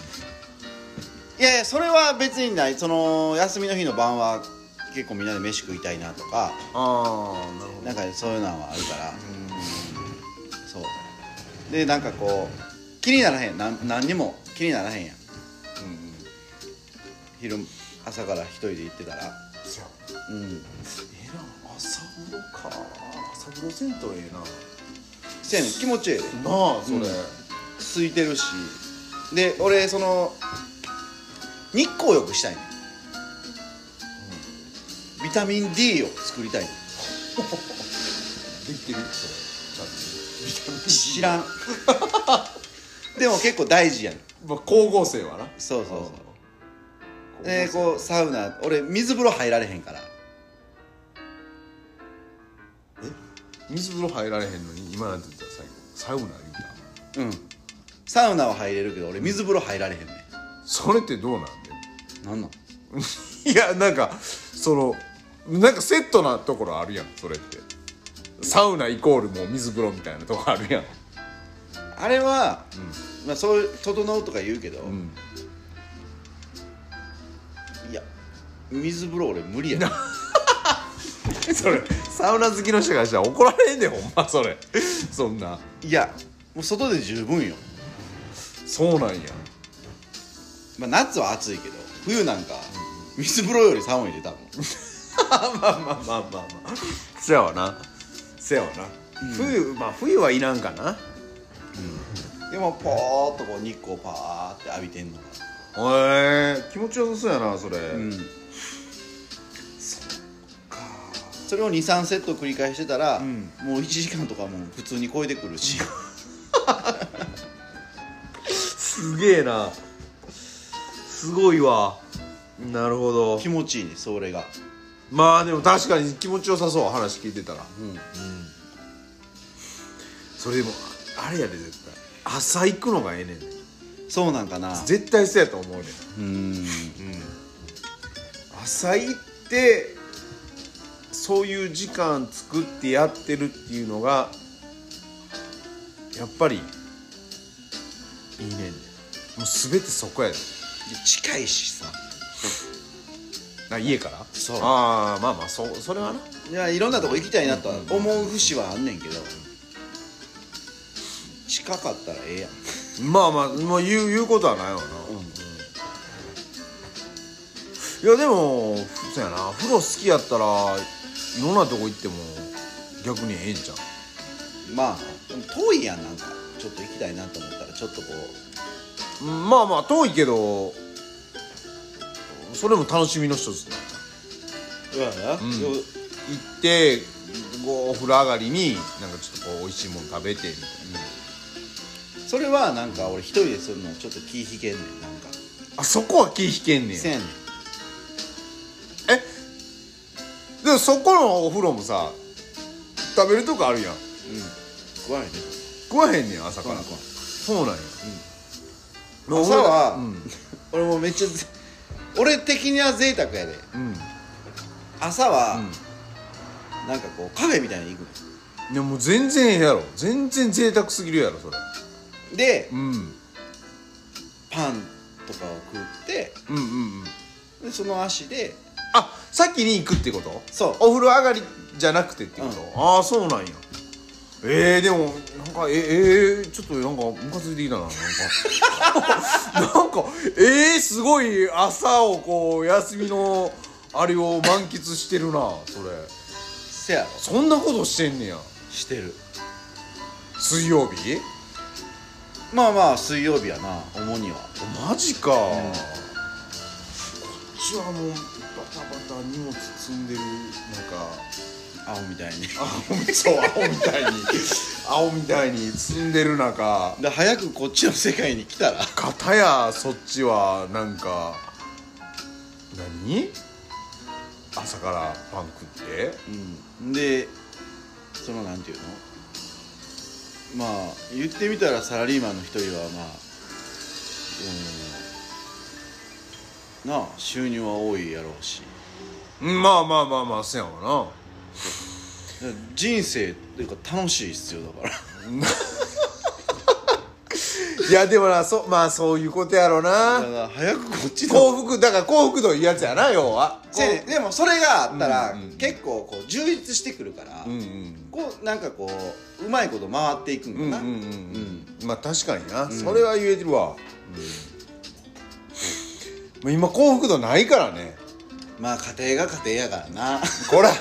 Speaker 1: いやいやそれは別にないその休みの日の晩は結構みんなで飯食いたいなとか
Speaker 2: ああなるほ
Speaker 1: なんかそういうのはあるからそうでなんかこう気にならへんなん何にも気にならへんやん
Speaker 2: どうんうん
Speaker 1: 昼朝から一人で行ってたら
Speaker 2: そうや
Speaker 1: うん
Speaker 2: ええな朝風呂か朝風呂銭湯ええな
Speaker 1: せやねん気持ちええで
Speaker 2: なあそれ、
Speaker 1: うん空いてるしで俺その日光浴したいねんビタミン D を作りたいねん
Speaker 2: できてるそれちゃんとビタミン D
Speaker 1: 知 らんでも結構大事やねん
Speaker 2: まあ、光合成はな
Speaker 1: そうそうそう
Speaker 2: う
Speaker 1: でこうサウナ俺水風呂入られへんから
Speaker 2: 水風呂入られへんのに今なんて言ったら最後サウナ言う
Speaker 1: う
Speaker 2: た
Speaker 1: んサウナは入れるけど俺水風呂入られへんね
Speaker 2: それってどうなんで
Speaker 1: んなんなん
Speaker 2: いやなんかそのなんかセットなところあるやんそれってサウナイコールもう水風呂みたいなとこあるやん
Speaker 1: あれは、まあ、そういう「整う」とか言うけど、
Speaker 2: ん
Speaker 1: いや水風呂俺無理やねん
Speaker 2: それサウナ好きの人がしたら怒られんでほんまそれそんない
Speaker 1: やもう外で十分よ、
Speaker 2: そうなんや
Speaker 1: まあ、夏は暑いけど冬なんか水風呂より寒いで多分
Speaker 2: まあまあまあまあまあせやわなせやわな、冬まあ冬はいらんかな
Speaker 1: でもポーっとこう日光パーって浴びてんのが
Speaker 2: へえ気持ちよさそうやなそれ、
Speaker 1: うんそっかそれを23セット繰り返してたら、
Speaker 2: ん
Speaker 1: もう1時間とかもう普通に超えてくるし
Speaker 2: すげえなすごいわなるほど
Speaker 1: 気持ちいいねそれが
Speaker 2: まあでも確かに気持ちよさそう話聞いてたら
Speaker 1: うん
Speaker 2: それでもあれやで絶対朝行くのがええねん
Speaker 1: そうなんかなう
Speaker 2: 絶対そうやと思うねん
Speaker 1: ーん
Speaker 2: 朝行ってそういう時間作ってやってるっていうのがやっぱりいいねんねもう全てそこやで
Speaker 1: 近いしさ
Speaker 2: あ家から
Speaker 1: そう
Speaker 2: ああまあまあそそれはない
Speaker 1: やいろんなとこ行きたいなとは思う節はあんねんけど近かったらええやん
Speaker 2: まあまあ、まあ、言う言うことはないわな、いやでもそうやな風呂好きやったらいろんなとこ行っても逆にええんじゃん
Speaker 1: まあでも遠いやんなんかちょっと行きたいなと思ったらちょっとこう
Speaker 2: うんまあまあ遠いけどそれも楽しみの一つだ
Speaker 1: うわな、よ
Speaker 2: 行ってこうお風呂上がりになんかちょっとこう美味しいもの食べてみたい
Speaker 1: それはなんか俺一人でするのちょっと気引けんねんなんか
Speaker 2: なあそこは気引けんねん
Speaker 1: せ
Speaker 2: え
Speaker 1: やねん
Speaker 2: でもそこのお風呂もさ食べるとこあるやん
Speaker 1: うん食わへんね
Speaker 2: 食わへんねん朝から
Speaker 1: 食わん食わん
Speaker 2: そうなんや、
Speaker 1: もう
Speaker 2: 朝
Speaker 1: 俺
Speaker 2: は、
Speaker 1: は俺もめっちゃぜ俺的には贅沢やで
Speaker 2: うん
Speaker 1: 朝は、なんかこうカフェみたいに行くのよ
Speaker 2: いやもう全然ええやろ全然贅沢すぎるやろそれ
Speaker 1: で
Speaker 2: うんうん
Speaker 1: パンとかを食って
Speaker 2: うんうん
Speaker 1: でその足で
Speaker 2: あ先に行くってこと
Speaker 1: そう
Speaker 2: お風呂上がりじゃなくてってこと、
Speaker 1: う
Speaker 2: ああそうなんやえー、でもなんかええー、ちょっとなんかムカついてきたななんか なんかえー、すごい朝をこう休みのあれを満喫してるなそれ
Speaker 1: せやろ
Speaker 2: そんなことしてんねや
Speaker 1: してる
Speaker 2: 水曜日
Speaker 1: まあまあ水曜日やな主には
Speaker 2: マジか、こっちはもうバタバタ荷物積んでるなんか
Speaker 1: 青みたいに
Speaker 2: 青みそう青みたいに青みたいに積んでる中
Speaker 1: で早くこっちの世界に来たら
Speaker 2: 片やそっちはなんか何朝からパン食って
Speaker 1: うんでそのなんていうのまあ言ってみたらサラリーマンの一人はまあうんなあ収入は多いやろうし
Speaker 2: うんまあまあまあまあせやわ
Speaker 1: 人生っていうか楽しいっすよだから
Speaker 2: ないやでもなそまあそういうことやろ
Speaker 1: だ
Speaker 2: な
Speaker 1: から早くこっちの
Speaker 2: 幸福だから幸福度いいやつやな要は
Speaker 1: せでもそれがあったら、
Speaker 2: うんうんうん
Speaker 1: 結構こう充実してくるから、
Speaker 2: うんうん
Speaker 1: こうなんかこううまいこと回っていくん
Speaker 2: う
Speaker 1: だ
Speaker 2: んうん
Speaker 1: な、
Speaker 2: う
Speaker 1: う
Speaker 2: ん
Speaker 1: ん
Speaker 2: うんまあ確かにな、それは言えてるわ、もう今幸福度ないからね
Speaker 1: まあ家庭が家庭やから な
Speaker 2: こら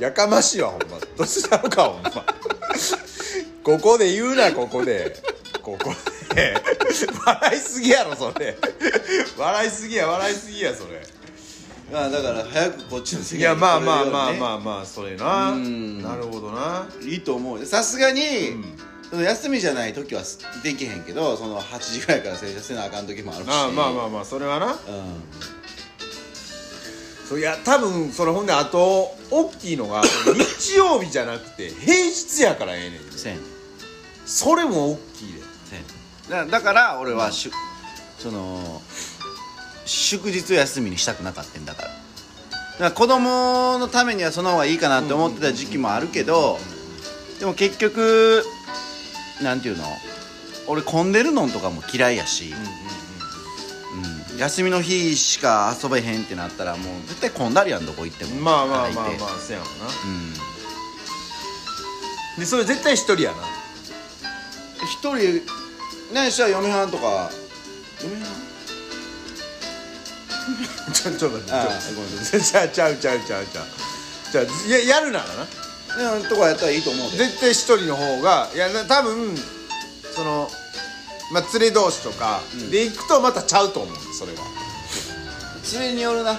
Speaker 2: やかましいわほんまどうしたのかほんまここで言うなここでここで笑いすぎやろそれ笑いすぎや笑いすぎやそれ
Speaker 1: まあだから早くこっちの世界に来
Speaker 2: い
Speaker 1: れるよう
Speaker 2: や
Speaker 1: に、ね、
Speaker 2: まあまあまあまあまあそれな
Speaker 1: うん
Speaker 2: なるほどない
Speaker 1: いと思うよさすがに、
Speaker 2: ん
Speaker 1: その休みじゃない時はすできへんけどその8時ぐらいから正社せなあかん時もあるし
Speaker 2: まあまあまあまあそれはな
Speaker 1: あうん
Speaker 2: そういや多分それほんであと大きいのが日曜日じゃなくて平日やからええねん
Speaker 1: せん
Speaker 2: それも大きいで
Speaker 1: せんだだから俺はしゅ、その祝日を休みにしたくなかったんだからだから子供のためにはその方がいいかなって思ってた時期もあるけどでも結局なんていうの俺混んでるのんとかも嫌いやし、うん休みの日しか遊べへんってなったらもう絶対混んだりやんどこ行っても
Speaker 2: まあまあまあ
Speaker 1: 働いて
Speaker 2: まあせやもんな
Speaker 1: うん
Speaker 2: でそれ絶対一人やな
Speaker 1: 一人ねしたら嫁はんとか嫁はん
Speaker 2: ちょちょっと待って
Speaker 1: あ
Speaker 2: ちょ
Speaker 1: ごめん
Speaker 2: ちょちゃうちゃうちゃうちゃうちゃうじゃあややるならな
Speaker 1: うんとかやったらいいと思うで
Speaker 2: 絶対一人の方がいやな多分そのまあ連れ同士とかで行くとまたちゃうと思うそれは
Speaker 1: それによるな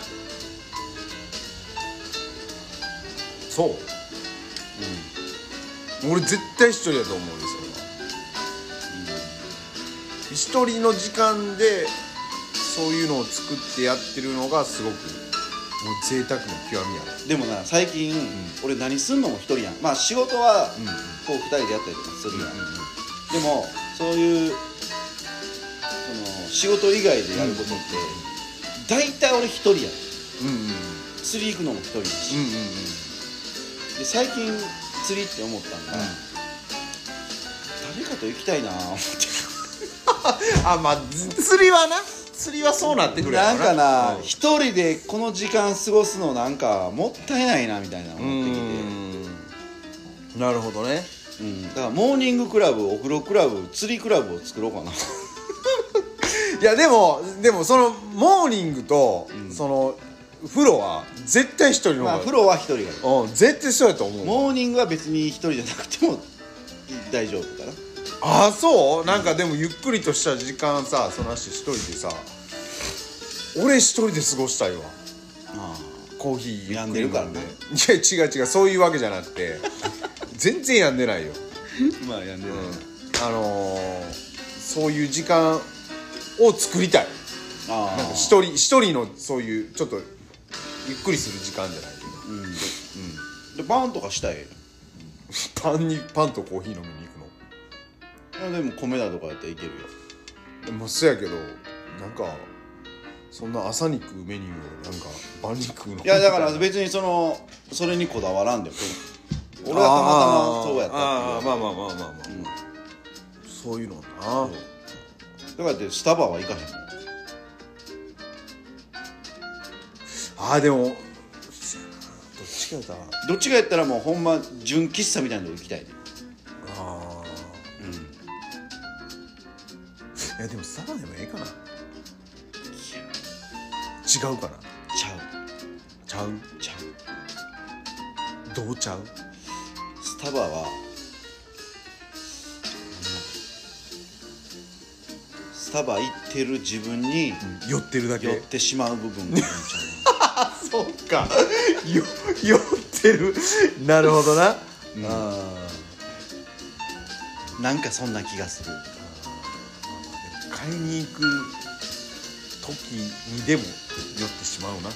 Speaker 2: そう、うん、俺絶対一人やと思うよそれは、一人の時間でそういうのを作ってやってるのがすごくもう贅沢の極みやな
Speaker 1: でもな最近、俺何すんのも一人やんまあ仕事は、
Speaker 2: んうん
Speaker 1: こう二人でやったりとかするやん、でもそういうその仕事以外でやることって、大体俺一人やん
Speaker 2: うんうん
Speaker 1: 釣り行くのも一人やし、
Speaker 2: うんうんうん
Speaker 1: で最近釣りって思ったんが、
Speaker 2: うん
Speaker 1: 誰かと行きたいな思っ
Speaker 2: あまあず釣りはな釣りはそうなって
Speaker 1: て
Speaker 2: くるや
Speaker 1: な
Speaker 2: ろ
Speaker 1: んかな
Speaker 2: うん
Speaker 1: 一、人でこの時間過ごすのなんかもったいないなみたいなの
Speaker 2: う
Speaker 1: 思ってきて
Speaker 2: ーんなるほどね
Speaker 1: うん、だからモーニングクラブお風呂クラブ釣りクラブを作ろうかな
Speaker 2: いやでもでもそのモーニングと、その風呂は絶対一人の方が
Speaker 1: まあ風呂は一人がいい
Speaker 2: うん絶対一人やと思う
Speaker 1: モーニングは別に一人じゃなくても大丈夫かな
Speaker 2: ああそうなんかでもゆっくりとした時間さその足一人でさ俺一人で過ごしたいわ
Speaker 1: あ
Speaker 2: コーヒーゆっくり飲んで
Speaker 1: 病んで
Speaker 2: い
Speaker 1: る
Speaker 2: や違う違うそういうわけじゃなく て全然やんでないよ
Speaker 1: あまあやんでない、
Speaker 2: あのーそういう時間を作りたい
Speaker 1: あ
Speaker 2: なんか一
Speaker 1: 人
Speaker 2: 人一人のそういうちょっとゆっくりする時間じゃないけ
Speaker 1: で
Speaker 2: ど
Speaker 1: バーンとかしたい
Speaker 2: パンにパンとコーヒー飲みに行くの
Speaker 1: いやでも米田とかやったらいけるよ
Speaker 2: まあそやけどなんかそんな朝に食うメニューをなんか晩に食うの
Speaker 1: いやだから別にそのそれにこだわらんでも俺はたまたまそうやった
Speaker 2: あーあー
Speaker 1: って
Speaker 2: まあまあまあまあまあ、そういうのなあ
Speaker 1: いうだからってスタバは行かへんもん
Speaker 2: あーでもどっちかやったら
Speaker 1: どっちかやったらもうほんま純喫茶みたいなとこ行きたいね
Speaker 2: ああ、いやでもスタバでもええかな違うかな
Speaker 1: ちゃう
Speaker 2: ちゃう
Speaker 1: ちゃう
Speaker 2: どうちゃう
Speaker 1: スタバは、スタバ行ってる自分に
Speaker 2: 寄ってるだけ
Speaker 1: 寄ってしまう部分があるんち
Speaker 2: あそうかよ 寄ってるなるほどな、あ
Speaker 1: ゃうなんかそんな気がする
Speaker 2: ー買いに行く時にでも寄ってしまうな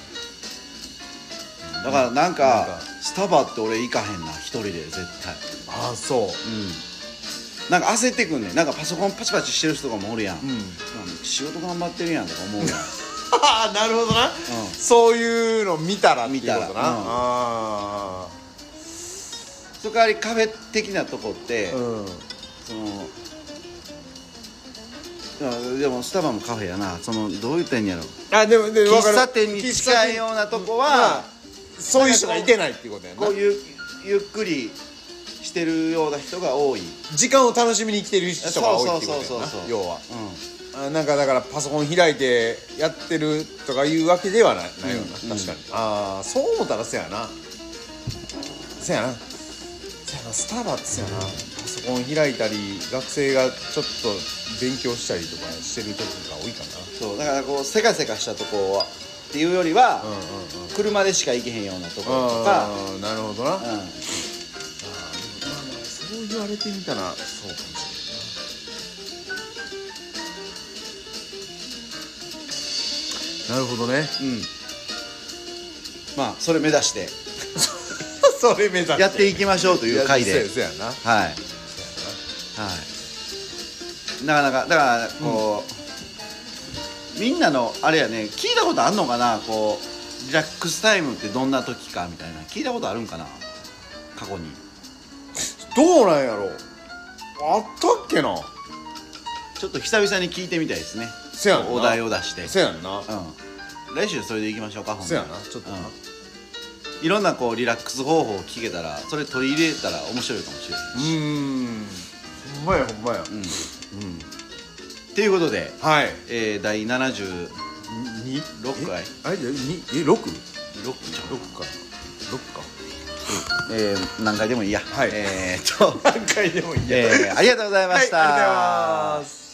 Speaker 1: だからなんか
Speaker 2: なんか
Speaker 1: スタバって俺行かへんな一人で絶対
Speaker 2: ああそう
Speaker 1: うんなんか焦ってくんねんなんかパソコンパチパチしてる人とかもおるやん、なんか仕事頑張ってるやんとか思うやん
Speaker 2: ああなるほどな、そういうの見たらっていうことな、
Speaker 1: 見たらうん
Speaker 2: あ
Speaker 1: その代わりカフェ的なとこって、
Speaker 2: あうん
Speaker 1: そのあでもスタバもカフェやなそのどう言ったらいいんやろ
Speaker 2: あでもで
Speaker 1: 喫茶店に近いようなとこは
Speaker 2: そういう人がいてないっていうことやな
Speaker 1: こういうゆっくりしてるような人が多い
Speaker 2: 時間を楽しみに来てる人が多いっていうことやな
Speaker 1: そうそうそうそう
Speaker 2: 要は
Speaker 1: う
Speaker 2: あなんかだからパソコン開いてやってるとかいうわけではないないよな、
Speaker 1: うん
Speaker 2: 確かに、ああそう思ったらせやなせやなせやなスタバってせやなパソコン開いたり学生がちょっと勉強したりとかしてる時が多いか
Speaker 1: んそうだからこうせかせかしたとこはっていうよりは、
Speaker 2: なうんうんうん
Speaker 1: 車でしか行けへんようなところとか、
Speaker 2: ああなるほどな、あーでもまあま
Speaker 1: うん、
Speaker 2: あそう言われてみたらそうかもしれんないななるほどね
Speaker 1: うんまあそれ目指して
Speaker 2: それ目指して
Speaker 1: やっていきましょうという回
Speaker 2: いや
Speaker 1: で
Speaker 2: そうやそうやな
Speaker 1: はいはいなかなかだからこう、みんなのあれやね聞いたことあんのかなこうリラックスタイムってどんな時かみたいな聞いたことあるんかな過去に
Speaker 2: どうなんやろあったっけな
Speaker 1: ちょっと久々に聞いてみたいですね
Speaker 2: せやんな
Speaker 1: お題を出して
Speaker 2: せやんな
Speaker 1: うん来週それでいきましょうかほんで
Speaker 2: せやなちょっとな
Speaker 1: うん、いろんなこうリラックス方法を聞けたらそれ取り入れたら面白いかもしれない、
Speaker 2: うーんほんまやほんまや
Speaker 1: うんということで、
Speaker 2: はい
Speaker 1: えー、第76
Speaker 2: 2
Speaker 1: 六回
Speaker 2: あれでにえ六
Speaker 1: ちゃう
Speaker 2: 六か六か
Speaker 1: えー、何回でもいいや、
Speaker 2: はい
Speaker 1: えーっと、
Speaker 2: 何回でもいい
Speaker 1: えーありがとうございました、
Speaker 2: はいありがとうございます